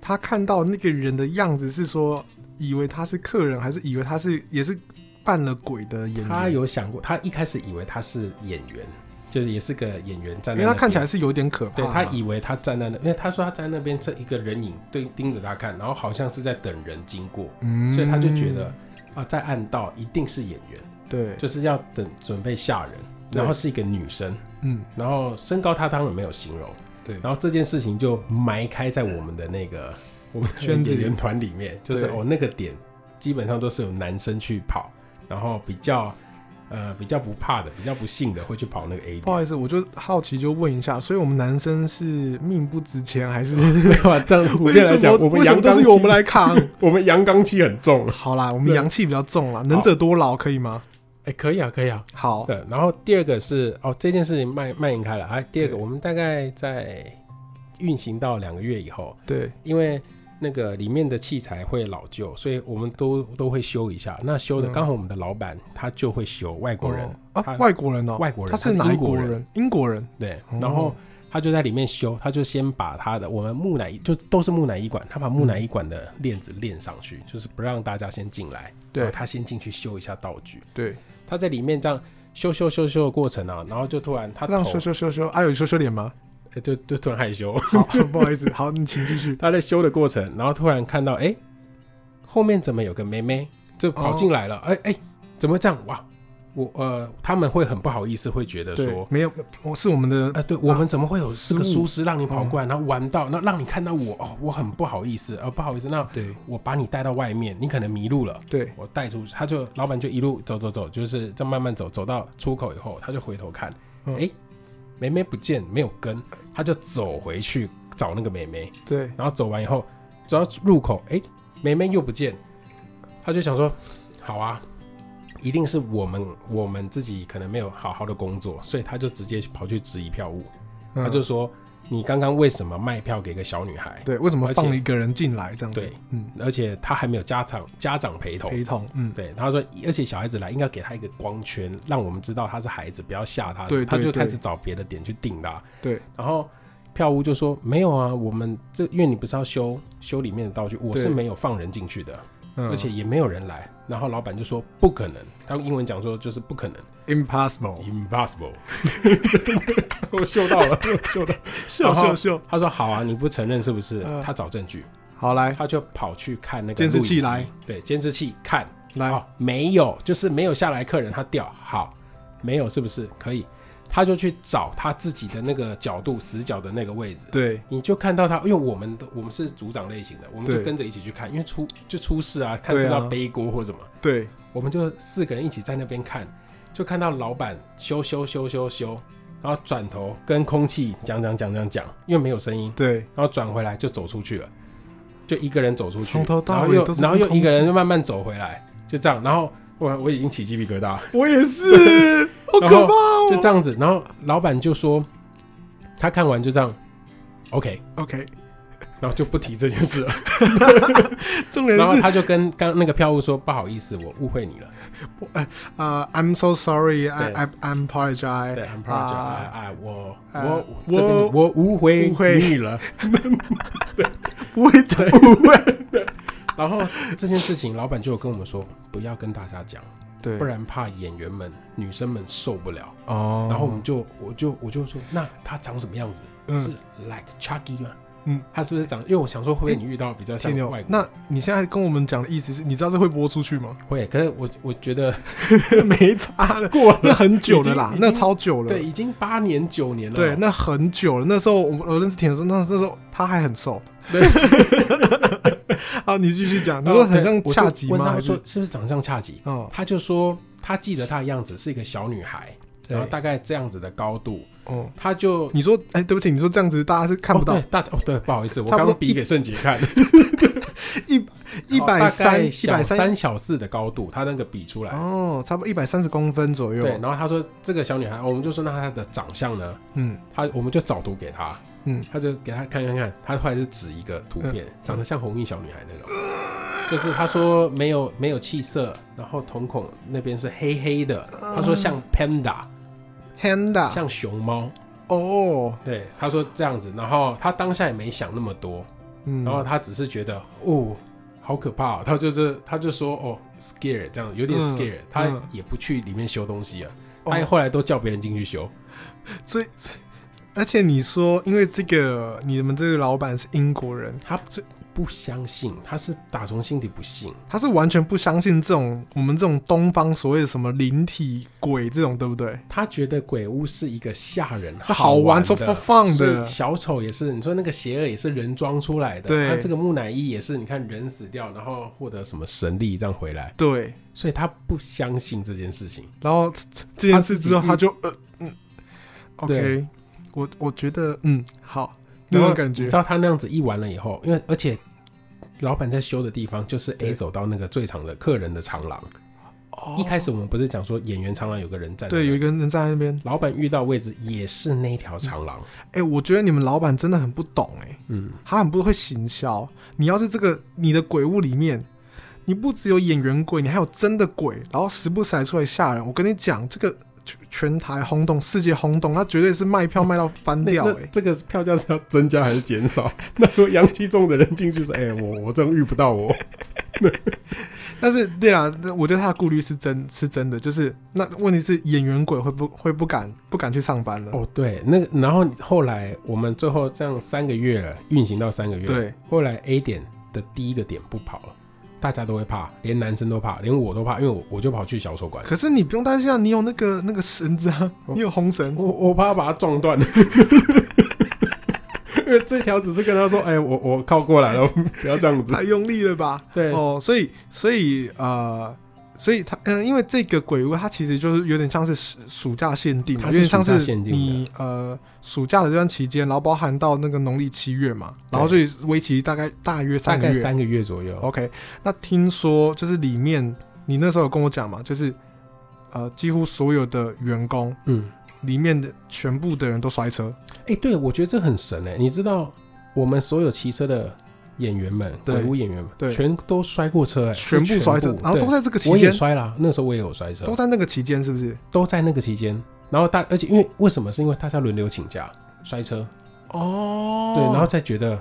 A: 他看到那个人的样子是说，以为他是客人，还是以为他是也是扮了鬼的演员？
B: 他，有想过，他一开始以为他是演员，就是也是个演员
A: 因
B: 站在那边，
A: 为他看起来是有点可怕
B: 对
A: 嘛。
B: 他以为他站在那，因为他说他在那边这一个人影对盯着他看，然后好像是在等人经过，
A: 嗯
B: 所以他就觉得啊，在暗道一定是演员，
A: 对，
B: 就是要等准备吓人，
A: 对
B: 然后是一个女生，
A: 嗯，
B: 然后身高她当然没有形容，
A: 对
B: 然后这件事情就埋开在我们的那个我们的
A: 圈子里
B: 演员团里面，就是
A: 对
B: 哦那个点基本上都是有男生去跑，然后比较呃比较不怕的，比较不信的会去跑那个 A
A: 不
B: 点，
A: 好意思，我就好奇就问一下，所以我们男生是命不值钱，还是
B: 没有啊，这样普遍来讲，
A: 为什么
B: 我们
A: 为什
B: 阳
A: 么都
B: 刚
A: 是
B: 气
A: 由我们来扛？
B: 我们阳刚气很重。
A: 好啦，我们
B: 对
A: 阳气比较重啦，能者多劳，可以吗？
B: 哎、可以啊，可以啊。
A: 好，
B: 对，然后第二个是哦，这件事情蔓蔓延开了。哎、第二个，
A: 对
B: 我们大概在运行到两个月以后，
A: 对，
B: 因为那个里面的器材会老旧，所以我们都都会修一下。那修的
A: 嗯
B: 刚好我们的老板他就会修外国人，
A: 哦
B: 他
A: 啊，外国人哦，
B: 外国人
A: 他是哪
B: 英
A: 一
B: 国
A: 国
B: 人？
A: 人？英国人，
B: 对
A: 哦，
B: 然后他就在里面修，他就先把他的我们木乃伊就都是木乃伊馆，他把木乃伊馆的链子链上去，就是不让大家先进来，然
A: 对
B: 后哦他先进去修一下道具。
A: 对，
B: 他在里面这样修修修修的过程啊，然后就突然他
A: 他
B: 头
A: 让羞羞羞羞，啊，有羞羞脸 吗？
B: 呃就就突然害羞，
A: 好， 不好意思，好，你请继续。
B: 他在修的过程，然后突然看到哎、诶后面怎么有个妹妹就跑进来
A: 哦
B: 了，哎哎、诶怎么会这样哇？我呃他们会很不好意思，会觉得
A: 对
B: 说，。
A: 没有，我是我们
B: 啊，
A: 的，
B: 对，我们怎么会有这个
A: 失误
B: 疏失让
A: 啊
B: 你跑过来，然后玩到，那让你看到我哦，我很不好意思，呃，不好意思，那
A: 对
B: 我把你带到外面，你可能迷路了，
A: 对
B: 我带出去，他就老板就一路走走走，就是这样慢慢走，走到出口以后，他就回头看，哎、
A: 嗯
B: 梅梅不见，没有跟，他就走回去找那个梅梅，
A: 对，
B: 然后走完以后，走到入口，哎、梅梅又不见，他就想说，好啊，一定是我们我们自己可能没有好好的工作，所以他就直接跑去质疑票务，他
A: 嗯
B: 就说，你刚刚为什么卖票给一个小女孩？
A: 对，为什么
B: 而且
A: 放一个人进来这样子？
B: 对，
A: 嗯，
B: 而且他还没有家长家长陪同，
A: 陪同，嗯，
B: 对，他说，而且小孩子来应该给他一个光圈，让我们知道他是孩子，不要吓他。
A: 对对
B: 他就
A: 对
B: 开始找别的点去定他。
A: 对
B: 然后票务就说没有啊，我们这因为你不是要修修里面的道具，我
A: 对
B: 是没有放人进去的，
A: 嗯
B: 而且也没有人来。然后老板就说不可能，他用英文讲说就是不可能
A: impossible，
B: ，impossible。我嗅到了，我嗅到。
A: 秀
B: 然后
A: 秀秀，
B: 他说好啊，你不承认是不是？
A: 嗯
B: 他找证据，
A: 好来
B: 他就跑去看那个
A: 监视器
B: 录影机
A: 来，
B: 对，监视器看。
A: 来
B: 哦，，没有，就是没有下来客人他掉，好，没有是不是可以？他就去找他自己的那个角度死角的那个位置，
A: 对
B: 你就看到他，因为我们的我们是组长类型的，我们就
A: 对
B: 跟着一起去看，因为出就出事啊，看
A: 对啊
B: 是不是要背锅或什么，
A: 对
B: 我们就四个人一起在那边看，就看到老板修修修修修，然后转头跟空气讲讲讲讲讲，因为没有声音，
A: 对，
B: 然后转回来就走出去了，就一个人走出去，
A: 从头到
B: 然后
A: 尾
B: 又
A: 都是
B: 然后又
A: 空
B: 一个
A: 气
B: 人就慢慢走回来，就这样，然后我我已经起鸡皮疙瘩，
A: 我也 是，好
B: 然
A: 可
B: 后
A: 怕哦，
B: 就这样子，然后老板就说他看完就这样，OK，
A: OK，
B: 然后就不提这件 事了。
A: 重点
B: 然后
A: 是
B: 他就跟刚那个票务说：“不好意思，我误会你了。
A: 啊、i m so sorry, I
B: 对
A: I I'm apologize，
B: 对，I'm proud
A: 啊
B: of you，我哎
A: 啊
B: 我
A: 我
B: 这边我误会
A: 误会
B: 你了。
A: 我也觉得误会，
B: 然后这件事情，老板就有跟我们说，不要跟大家讲，
A: 对
B: 不然怕演员们、女生们受不了。
A: 哦，
B: 然后我们就，我就，我就说，那他长什么样子？
A: 嗯
B: 是 like Chucky 吗？
A: 嗯，
B: 他是不是长？因为我想说，会不会你遇到比较像
A: 天牛
B: 外，国？
A: 那你现在跟我们讲的意思是你知道这会播出去吗？
B: 会，可是我我觉 得
A: 没差了，
B: 过了，
A: 那很久了啦
B: 已，经
A: 那超久了，
B: 对，已经八年九年了。哦
A: 对，那很久了。那时候我我认识田的时候，那那时候他还很瘦。
B: 对，
A: 好，你继续讲，你
B: 然
A: 说
B: 后
A: 很像
B: 哦我就
A: 恰吉
B: 问
A: 吗？
B: 他
A: 还
B: 说
A: 是
B: 是不是长得像恰吉？
A: 哦，
B: 他就说他记得她的样子是一个小女孩，然后
A: 对
B: 大概这样子的高度，
A: 哦，
B: 他就
A: 你说，哎，对不起，你说这样子大家是看不
B: 哦
A: 到
B: 对大哦对，不好意思，我
A: 差不
B: 刚
A: 多
B: 刚比给圣杰看，
A: 一 一百三一
B: 哦小
A: 百
B: 三小四的高度，他那个比出来。
A: 哦，差不多一百三十公分左右
B: 对，。然后他说这个小女孩，我们就说那她的长相呢？
A: 嗯
B: 她我们就找图给她，
A: 嗯，
B: 她就给她看看看，她后来是指一个图片，长得像红衣小女孩那种，就是她说没有没有气色，然后瞳孔那边是黑黑的，她说像 panda，
A: ，Handa
B: 像熊猫，
A: 哦，
B: 对，他说这样子，然后他当下也没想那么多，
A: 嗯，
B: 然后他只是觉得哦，好可怕、哦，他就是他就说哦，scare 这样有点
A: 嗯
B: scare，、他
A: 嗯
B: 也不去里面修东西了，
A: 哦
B: 他后来都叫别人进去修，
A: 所以。所以而且你说，因为这个你们这个老板是英国人，
B: 他这不相信，他是打从心底不信，
A: 他是完全不相信这种我们这种东方所谓的什么灵体鬼这种，对不对？
B: 他觉得鬼屋是一个吓人、
A: 是好玩
B: 玩
A: so
B: 的
A: for fun
B: 所以
A: 的
B: 小丑也是，你说那个邪恶也是人装出来的，
A: 对
B: 他这个木乃伊也是，你看人死掉，然后获得什么神力这样回来，
A: 对，
B: 所以他不相信这件事情。
A: 然后这这件事之后，
B: 他自己
A: 他就呃嗯，OK，
B: 对
A: 我我觉得嗯好那
B: 然后
A: 种感觉
B: 你知，道他那样子一完了以后，因为而且老板在修的地方就是 A
A: 对
B: 走到那个最长的客人的长廊。
A: 哦
B: 一开始我们不是讲说演员长廊有个人站，
A: 对有一，个人站在那边，
B: 老板遇到位置也是那条长廊。
A: 哎，我觉得你们老板真的很不懂哎，
B: 嗯，
A: 他很不会行销。你要是这个你的鬼屋里面，你不只有演员鬼，你还有真的鬼，然后时不时还出来吓人。我跟你讲，这个全全台轰动，世界轰动，那绝对是卖票卖到翻
B: 那
A: 掉
B: 那
A: 哎。
B: 这个票价是要增加还是减少？ 那如果阳气重的人进 去说：“哎、我我真遇不到我。
A: 但是对啦，那我对他的顾虑是真是真的，就是那问题是演员鬼会不会不敢不敢去上班”了？
B: 哦，对，那个然后后来我们最后这样三个月了，运行到三个月，，
A: 对。
B: 后来 A 点的第一个点不跑了，大家都会怕，连男生都怕，连我都怕，因为我我就跑去小丑馆，
A: 可是你不用担心啊，你有那个那个绳子啊，
B: 哦
A: 你有红绳。
B: 我我怕把他撞断。 因为这条只是跟他说：“哎、我我靠过来了， 不要这样子。
A: 太用力了吧？
B: 对
A: 哦，所以所以呃，所以他嗯、因为这个鬼屋它其实就是有点像是暑暑假限定嘛，
B: 它
A: 有
B: 是
A: 点像
B: 暑假
A: 是
B: 限定的
A: 你呃暑假的这段期间，然后包含到那个农历七月嘛，然后所以为期大概大约
B: 大
A: 三个
B: 概
A: 月。
B: 三个月哦左右。
A: OK，那听说就是里面你那时候有跟我讲嘛，就是呃几乎所有的员工
B: 嗯，
A: 里面的全部的人都摔车，
B: 哎、对，我觉得这很神哎、你知道，我们所有骑车的演员们，
A: 对
B: 鬼屋演员们，
A: 对
B: 全都摔过车哎、
A: 全部
B: 是
A: 摔车，然后都
B: 对
A: 在这个期
B: 我也
A: 间，
B: 摔啦，那时候我也有摔车，
A: 都在那个期间是不是？
B: 都在那个期间。然后大，而且因为为什么？是因为大家轮流请假摔车，
A: 哦
B: 对，然后再觉得。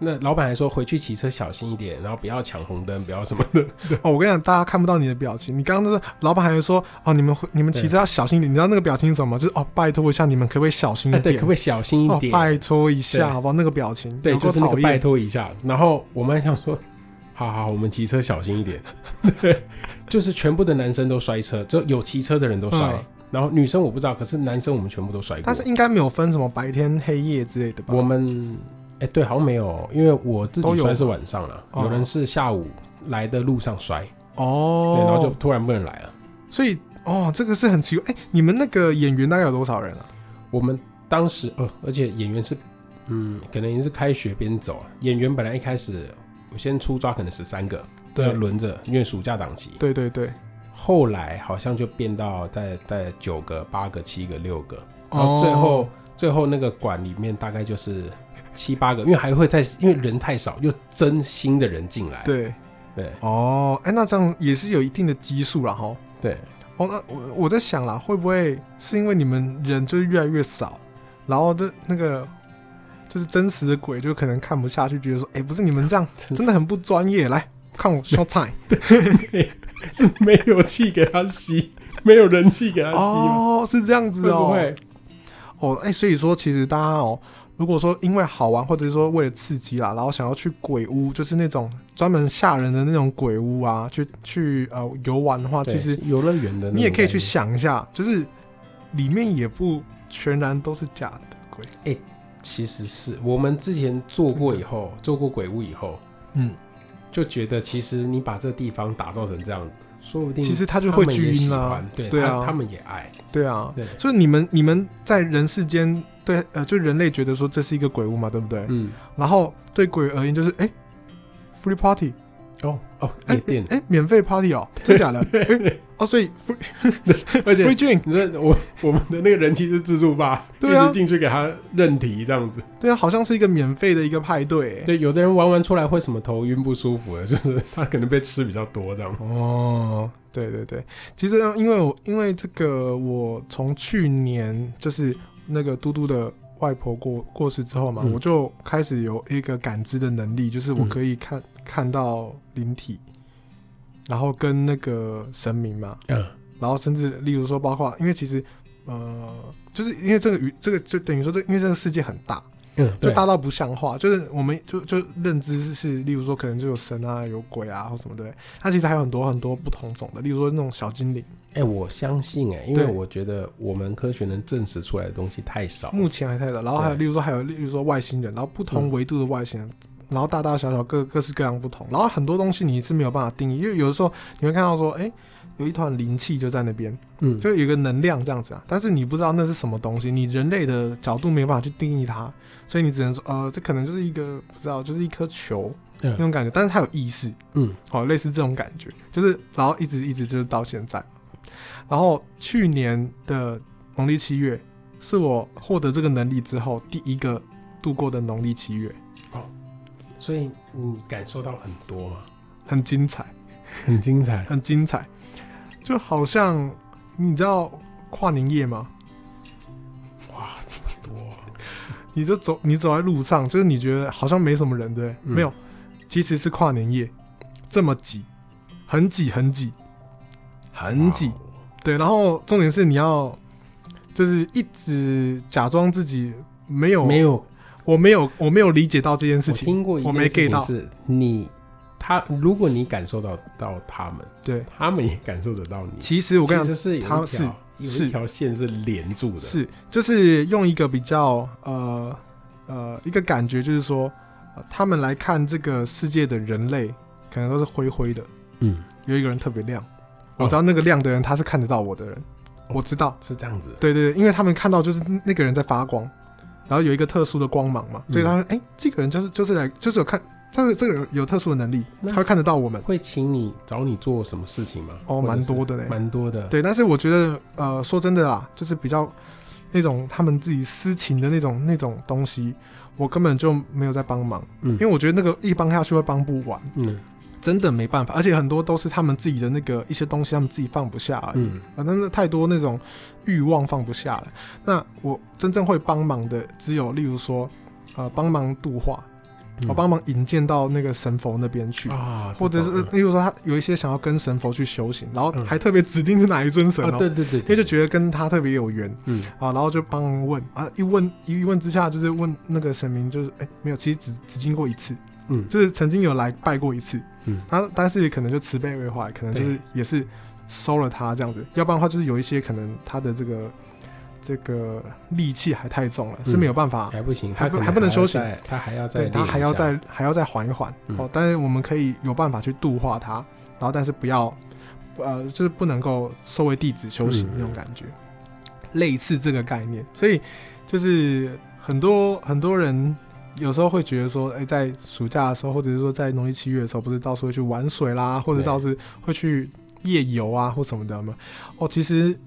B: 那老板还说回去骑车小心一点，然后不要抢红灯，不要什么的。
A: 哦，我跟你讲，大家看不到你的表情。你刚刚那个老板还说哦，你们会你们骑车要小心一点。你知道那个表情是什么？就是哦，拜托一下，你们可不可以小心一
B: 哎对，
A: 嗯点？
B: 可不可以小心一
A: 哦，
B: 点？
A: 拜托一下，
B: 对
A: 好不好？那个表情，
B: 对，
A: 有够
B: 就是那
A: 讨
B: 个
A: 厌
B: 拜托一下。然后我们还想说， 好好，我们骑车小心一点。就是全部的男生都摔车，就有骑车的人都摔。
A: 嗯
B: 然后女生我不知道，可是男生我们全部都摔过。
A: 但是应该没有分什么白天黑夜之类的吧？
B: 我们哎、对，好像没有，因为我自
A: 都
B: 己
A: 有
B: 摔是晚上了，
A: 哦
B: 有人是下午来的路上摔，
A: 哦，
B: 对，然后就突然不能来了。
A: 所以哦，这个是很奇怪。哎、你们那个演员大概有多少人啊？
B: 我们当时呃，而且演员是，嗯，可能也是开学边走啊。演员本来一开始我先出抓可能十三个，要轮着，因为暑假档期。
A: 对对对，
B: 后
A: 哦
B: 来好像就变到在在九个、八个、七个、六个，然后最后最后那个馆里面大概就是七八个，因为还会在，因为人太少，又真心的人进来。
A: 对，
B: 对
A: 哦，哎、那这样也是有一定的基数了哈。
B: 对，
A: 哦，那我我在想啦，会不会是因为你们人就是越来越少，然后这那个就是真实的鬼就可能看不下去，觉得说，哎、不是你 们这样真的很不专业，来看我 show time
B: 是没有气给他吸，没有人气给他吸吗？
A: 哦，是这样子
B: 会
A: 哦，
B: 不会？
A: 哦，哎、所以说其实大家哦，如果说因为好玩或者是说为了刺激啦，然后想要去鬼屋，就是那种专门吓人的那种鬼屋啊，去去呃游玩的话，
B: 对
A: 其实
B: 游乐园的那种
A: 你也可以去
B: 感觉
A: 想一下，就是里面也不全然都是假的鬼，
B: 其实是我们之前做过以后，做过鬼屋以后，
A: 嗯，
B: 就觉得其实你把这地方打造成这样子，说不定
A: 其实他就
B: 他
A: 会
B: 们
A: 聚
B: 也喜
A: 阴
B: 欢，
A: 啦，
B: 对
A: 对
B: 他，
A: 啊
B: 他们也爱，
A: 对啊，
B: 对，
A: 所以你们你们在人世间对呃，就人类觉得说这是一个鬼屋嘛，对不对？
B: 嗯，
A: 然后对鬼而言就是哎、f r e e party，
B: 哦哦，
A: 哎、
B: 夜店，
A: 哎、免费 party 哦，真假的？哎、 哦，所以 free
B: 而且
A: free drink，
B: 你说我 我们的那个人气是自助吧，
A: 对啊
B: 一直进去给他认题这样子。
A: 对啊，好像是一个免费的一个派对、哎
B: 对，有的人玩完出来会什么头晕不舒服的， 就是他可能被吃比较多这样。
A: 哦，对对对，其实呃因为我因为这个，我从去年就是那个嘟嘟的外婆过过世之后嘛，
B: 嗯
A: 我就开始有一个感知的能力，就是我
B: 嗯
A: 可以看、看到灵体，然后跟那个神明嘛，
B: 嗯，
A: 然后甚至例如说包括，因为其实呃，就是因为这个宇这个就等于说这因为这个世界很大，
B: 嗯，
A: 就
B: 对
A: 大到不像话，就是我们就就认知是是，例如说可能就有神啊、有鬼啊或什么的，它其实还有很多很多不同种的，例如说那种小精灵，
B: 哎、我相信哎、因为
A: 对
B: 我觉得我们科学能证实出来的东西太少了。
A: 目前还太少，然后还有
B: 哦
A: 例
B: 对
A: 如说还有例如说外星人，然后不同
B: 嗯
A: 维度的外星人。然后大大小小各各式各样不同，然后很多东西你是没有办法定义，因为有的时候你会看到说，哎，有一团灵气就在那边，
B: 嗯，
A: 就有一个能量这样子啊，但是你不知道那是什么东西，你人类的角度没有办法去定义它，所以你只能说，呃，这可能就是一个不知道，就是一颗球
B: 嗯
A: 那种感觉，但是它有意识，
B: 嗯，
A: 好、类似这种感觉，就是然后一直一直就是到现在嘛，然后去年的农历七月是我获得这个能力之后第一个度过的农历七月，
B: 所以你感受到很多嘛，
A: 很精彩，
B: 很精彩。
A: 很精彩，就好像你知道跨年夜吗？
B: 哇，这么多！啊
A: 你就走，你走在路上，就是你觉得好像没什么人，对不对？
B: 嗯
A: 没有，其实是跨年夜，这么挤，很挤，很挤，很挤。
B: 哦
A: 对，然后重点是你要就是一直假装自己没有，
B: 没有
A: 我没有，我没有理解到这件事
B: 我
A: 情。
B: 听过一
A: 我
B: 件
A: 没
B: 事情
A: get 到
B: 是你他，如果你感受到到他们，
A: 对，
B: 他们也感受得到你。
A: 其实我跟你
B: 其
A: 讲，
B: 实是有一
A: 他
B: 条
A: 是
B: 有
A: 是
B: 一条线是连住的，
A: 是就是用一个比较呃呃一个感觉，就是说、呃他们来看这个世界的人类，可能都是灰灰的，
B: 嗯，
A: 有一个人特别亮，
B: 哦
A: 我知道那个亮的人他是看得到我的人，我知道，
B: 是这样子。
A: 对对对，因为他们看到就是那个人在发光，然后有一个特殊的光芒嘛，
B: 嗯
A: 所以他们哎、诶这个人就是就是来就是有看，这个这个人有特殊的能力，
B: 那
A: 他会看得到我们，
B: 会请你找你做什么事情吗？
A: 哦，
B: 或者
A: 蛮
B: 是
A: 多的呢，
B: 蛮多的。
A: 对，但是我觉得呃，说真的啦，就是比较那种他们自己私情的那种那种东西，我根本就没有在帮忙，
B: 嗯
A: 因为我觉得那个一帮下去会帮不完，
B: 嗯
A: 真的没办法，而且很多都是他们自己的那个一些东西，他们自己放不下而已。
B: 嗯，
A: 反正那太多那种欲望放不下了。那我真正会帮忙的，只有例如说，呃，帮忙度化，
B: 嗯
A: 我帮忙引荐到那个神佛那边去，
B: 啊，
A: 或者是
B: 这种
A: 例如说他有一些想要跟神佛去修行，然后
B: 嗯
A: 还特别指定是哪一尊神
B: 嗯
A: 哦、
B: 啊，对对对，
A: 因为就
B: 得
A: 觉得跟他特别有缘
B: 嗯
A: 啊，然后就帮忙问啊，一问一问之下，就是问那个神明，就是哎、没有，其实只只经过一次，
B: 嗯
A: 就是曾经有来拜过一次，
B: 嗯
A: 他但是可能就慈悲为怀，可能就是也是收了他这样子，要不然的话就是有一些可能他的这个这个戾气还太重了，
B: 嗯
A: 是没有办法，
B: 还不行，
A: 还
B: 他
A: 不
B: 可
A: 还不能
B: 要
A: 休息
B: 再他还要再
A: 对他
B: 练
A: 还
B: 一
A: 要
B: 下
A: 再还要再缓一缓、
B: 嗯
A: 哦，但是我们可以有办法去度化他，然后但是不要呃就是不能够收为弟子修行
B: 嗯
A: 那种感觉，类似这个概念，所以就是很多很多人有时候会觉得说，哎、在暑假的时候，或者是说在农历七月的时候，不是到处会去玩水啦，或者
B: 对
A: 到处会去呃夜游啊或什么的吗？哦，其实、哎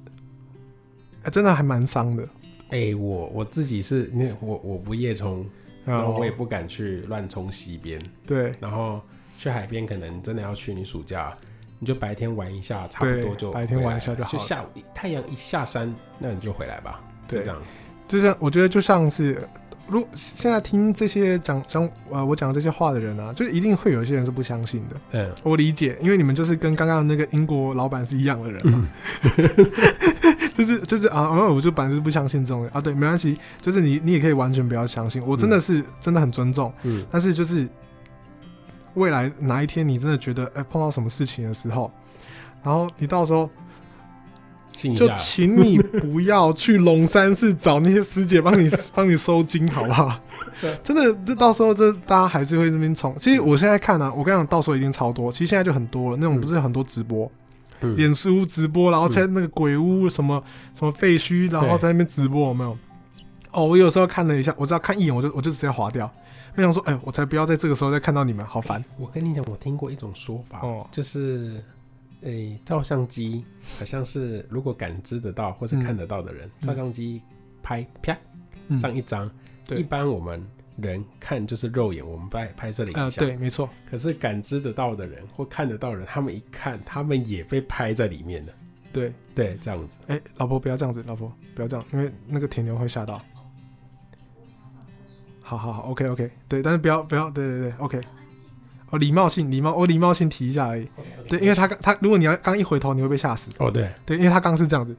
A: 真的还蛮伤的。
B: 哎、我我自己是，你看我我不夜冲，然后我也
A: 哦，
B: 不敢去乱冲溪边，
A: 对
B: 然后去海边可能真的要去你暑假，你就白天玩一下，差不
A: 对
B: 多就
A: 白天
B: 回来
A: 玩一下
B: 了
A: 就好了
B: 下午一太阳一下山，那你就回来吧，就
A: 对
B: 这，样。
A: 就像我觉得就像是，如现在听这些讲讲呃我讲的这些话的人啊，就一定会有一些人是不相信的。
B: 嗯，
A: 我理解，因为你们就是跟刚刚那个英国老板是一样的人嘛， 就是就是啊，啊我就本来就是不相信这种人啊，对，没关系，就是你你也可以完全不要相信，我真的是、真的很尊重，
B: 嗯，
A: 但是就是未来哪一天你真的觉得哎、碰到什么事情的时候，然后你到时候
B: 信一
A: 就
B: 下。
A: 请你不要去龙山寺找那些师姐帮 你帮你收金，好不好
B: 对？
A: 真的，这到时候这大家还是会那边冲。其实我现在看啊，我跟你讲，到时候一定超多。其实现在就很多了，那种不是很多直播，
B: 嗯
A: 脸书直播，然后在那个鬼屋什么什么废墟，然后
B: 对
A: 在那边直播，有没有？哦，我有时候看了一下，我只要看一眼，我就我就直接划掉。我想说，哎、我才不要在这个时候再看到你们，好烦。
B: 我跟你讲，我听过一种说法，
A: 哦
B: 就是，诶、照相机好像是如果感知得到或是
A: 嗯
B: 看得到的人，照相机拍啪
A: 嗯
B: 这样一张，
A: 对
B: 一般我们人看就是肉眼，我们拍拍摄了一下、
A: 呃，对，没错，
B: 可是感知得到的人或看得到的人，他们一看，他们也被拍在里面了。
A: 对，
B: 对，这样子。
A: 哎、老婆不要这样子，老婆不要这样，因为那个铁牛会吓到。好好好，OK OK，对，但是不要不要，对对对，OK。哦，礼貌性，礼貌，我礼貌性提一下而已。对，因为他刚他，如果你要刚一回头，你会被吓死。
B: 哦， 对，
A: 对，因为他刚是这样子，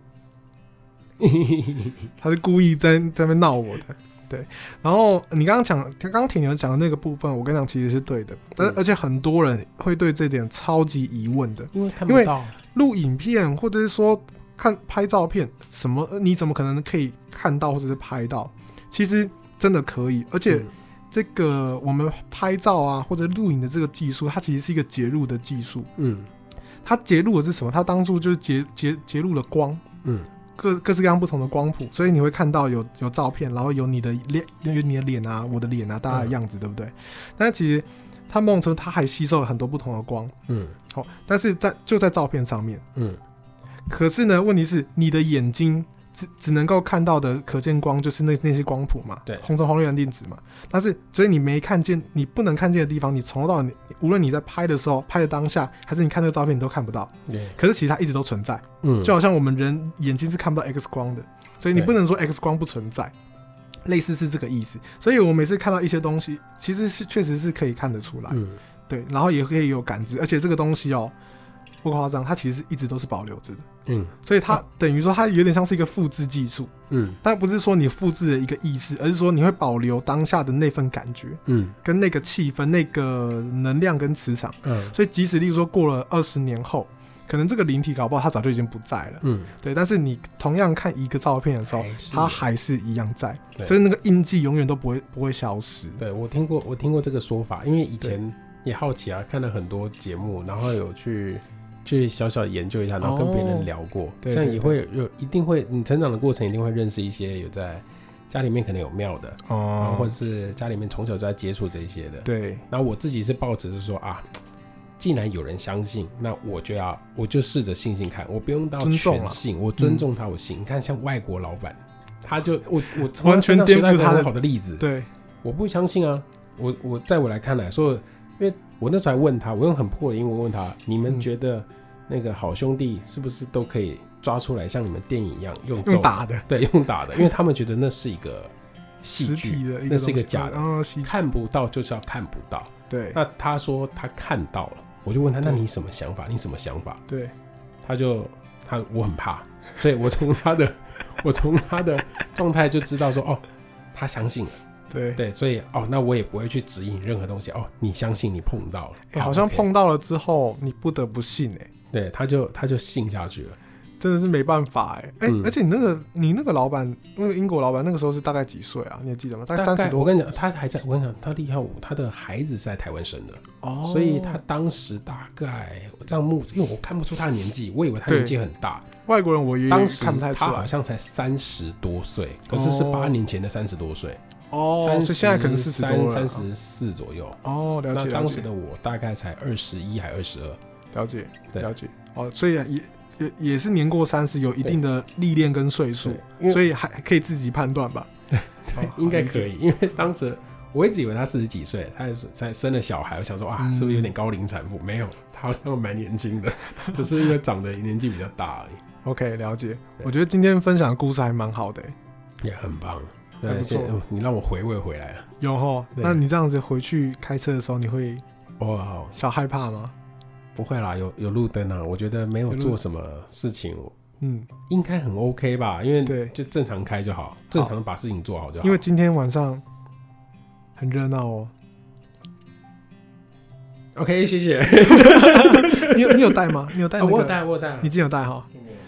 A: 他是故意在在那边闹我的。对，然后你刚刚讲，刚刚铁牛讲的那个部分，我跟你讲其实是对的，但是
B: 嗯
A: 而且很多人会对这点超级疑问的。
B: 因为看
A: 因为
B: 不到，
A: 录影片，或者是说看拍照片，什么呃你怎么可能可以看到或者是拍到？其实真的可以，而且
B: 嗯
A: 这个我们拍照啊或者录影的这个技术，它其实是一个截录的技术。
B: 嗯
A: 它截录的是什么？它当初就是截截截录了光，
B: 嗯，
A: 各各式各样不同的光谱，所以你会看到有有照片，然后有你的脸，有你的脸啊，我的脸啊，大家的
B: 嗯
A: 样子，对不对？但其实它梦中它还吸收了很多不同的光，
B: 嗯
A: 好、但是在就在照片上面。
B: 嗯，
A: 可是呢，问题是你的眼睛只只能够看到的可见光就是那那些光谱嘛，
B: 对
A: 红橙黄绿蓝靛紫嘛。但是所以你没看见，你不能看见的地方，你从头到你无论你在拍的时候、拍的当下，还是你看这个照片，你都看不到。
B: 嗯对，
A: 可是其实它一直都存在，
B: 嗯
A: 就好像我们人眼睛是看不到 X 光的，所以你
B: 对
A: 不能说 X 光不存在。类似是这个意思，所以我每次看到一些东西，其实是确实是可以看得出来，
B: 嗯
A: 对，然后也可以有感知，而且这个东西哦、不夸张，它其实是一直都是保留着的。
B: 嗯
A: 所以它等于说它有点像是一个复制技术，
B: 嗯
A: 但不是说你复制了一个意识，而是说你会保留当下的那份感觉
B: 嗯
A: 跟那个气氛、那个能量跟磁场。
B: 嗯
A: 所以即使例如说过了二十年后，可能这个灵体搞不好它早就已经不在了，
B: 嗯，
A: 对。但是你同样看一个照片的时候
B: 还，是
A: 它还是一样在，
B: 对
A: 就是那个印记永远都不会不会消失。
B: 对我听过，我听过这个说法，因为以前也好奇啊，看了很多节目，然后有去去小小研究一下，然后跟别人聊过，
A: 对
B: 像
A: 对
B: 也会有一定会，你成长的过程一定会认识一些有在家里面可能有庙的，然后
A: 哦
B: 啊或者是家里面从小就在接触这些的。
A: 对，
B: 然后我自己是抱持是说啊，既然有人相信，那我就要我就试着信信看，我不用到
A: 尊重啊
B: 全信，我尊重他，我信。你看像外国老板，他就我我从
A: 完全
B: 身上学
A: 嗯
B: 到
A: 颠覆
B: 一个
A: 他
B: 很
A: 的
B: 好的例子，
A: 对，
B: 我不相信啊！我我在我来看来说，因为我那时候还问他，我用很破的英文问他，你们
A: 嗯
B: 觉得那个好兄弟是不是都可以抓出来，像你们电影一样用揍
A: 用打的
B: 对用打的，因为他们觉得那是一个戏
A: 实体
B: 剧，
A: 的一个东西，
B: 那是一个假的
A: 嗯，戏
B: 看不到就是要看不到。
A: 对
B: 那他说他看到了，我就问他，那
A: 对
B: 你什么想法？你什么想法？
A: 对，
B: 他就他我很怕，所以我从他的 我从他的状态就知道说，哦，他相信了。
A: 对
B: 对，所以哦，那我也不会去指引任何东西哦。你相信你碰到了，
A: 哎、
B: 啊
A: 好像
B: OK
A: 碰到了之后，你不得不信哎、
B: 对，他就他就信下去了。
A: 真的是没办法哎、哎、
B: 嗯
A: 而且你那个你那个老板，那个英国老板那个时候是大概几岁啊？你还记得吗？大概三十
B: 我
A: 多
B: 跟你讲，他还在，我跟你讲，他厉害，他的孩子是在台湾生的，
A: 哦
B: 所以他当时大概我这样目，因为我看不出他的年纪，我以为他
A: 对
B: 年纪很大，
A: 外国人我也
B: 当时
A: 看不太出
B: 他好
A: 来
B: 像才三十多岁，可是是
A: 哦
B: 八年前的三十多岁，
A: 哦，所
B: 三
A: 以
B: 十
A: 现在可能四十多了啊，
B: 三十四左右。
A: 哦，了解
B: 那
A: 了解。
B: 当时的我大概才二十一还二十二，
A: 了解，
B: 对
A: 了解。哦，所以也也也是年过三十，有一定的历练跟岁数，
B: 因为
A: 所以还可以自己判断吧。哦对
B: 应该可以，因为当时我一直以为她四十几岁，她也是才生了小孩，我想说啊，
A: 嗯
B: 是不是有点高龄产妇？没有，她好像蛮 年轻的，只是因为长得年纪比较大而已，
A: OK，了解。
B: 对
A: 我觉得今天分享的故事还蛮好的、欸，
B: 也很棒，
A: 还不错
B: 对嗯你让我回味回来了，
A: 有吼。
B: 对
A: 那你这样子回去开车的时候，你会
B: 哇，
A: 小害怕吗？
B: 不会啦，有有路灯啊，我觉得没有做什么事情，
A: 嗯，
B: 应该很 OK 吧，因为
A: 对
B: 就正常开就好，正常把事情做好就好。
A: 因为今天晚上很热闹哦。
B: OK，谢谢。
A: 你有你有带吗？你有带、那 个？
B: 哦我有带，我有带
A: 你，今天有带哈？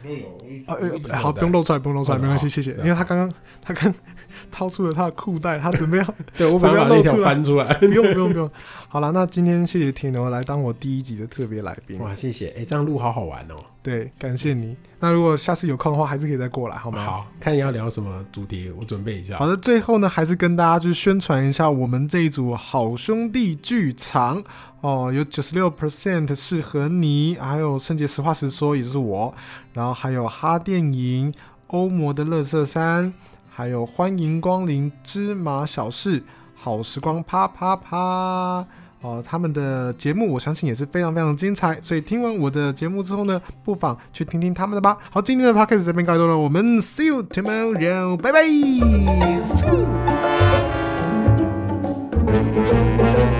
C: 都有，我一直
A: 啊，
C: 我一直
A: 呃，
B: 有
A: 好，不
B: 带
A: 用露出来，不用露出来，
B: 哦
A: 没关系，
B: 好
A: 谢谢。因
B: 对
A: 为他刚刚他刚 掏出了他的裤带，他准备要
B: 对我
A: 怎
B: 把
A: 么
B: 把
A: 样
B: 那
A: 露出
B: 条
A: 来
B: 翻出来。
A: 不用不用不用。好啦，那今天谢谢铁牛来当我第一集的特别来宾，
B: 哇，谢谢，哎、这样录好好玩哦、
A: 对，感谢你。那如果下次有空的话，还是可以再过来，好吗？。
B: 好，看要聊什么主题，我准备一下。
A: 好的，最后呢，还是跟大家去宣传一下我们这一组好兄弟剧场哦，有九十六 percent 适合你，还有圣洁实话实说，也就是我，然后还有哈电影、欧魔的乐色山，还有欢迎光临芝麻小事、好时光啪啪啪。哦，他们的节目我相信也是非常非常精彩，所以听完我的节目之后呢，不妨去听听他们的吧。好，今天的 podcast 这边告一段落，我们 see you tomorrow，拜拜。See you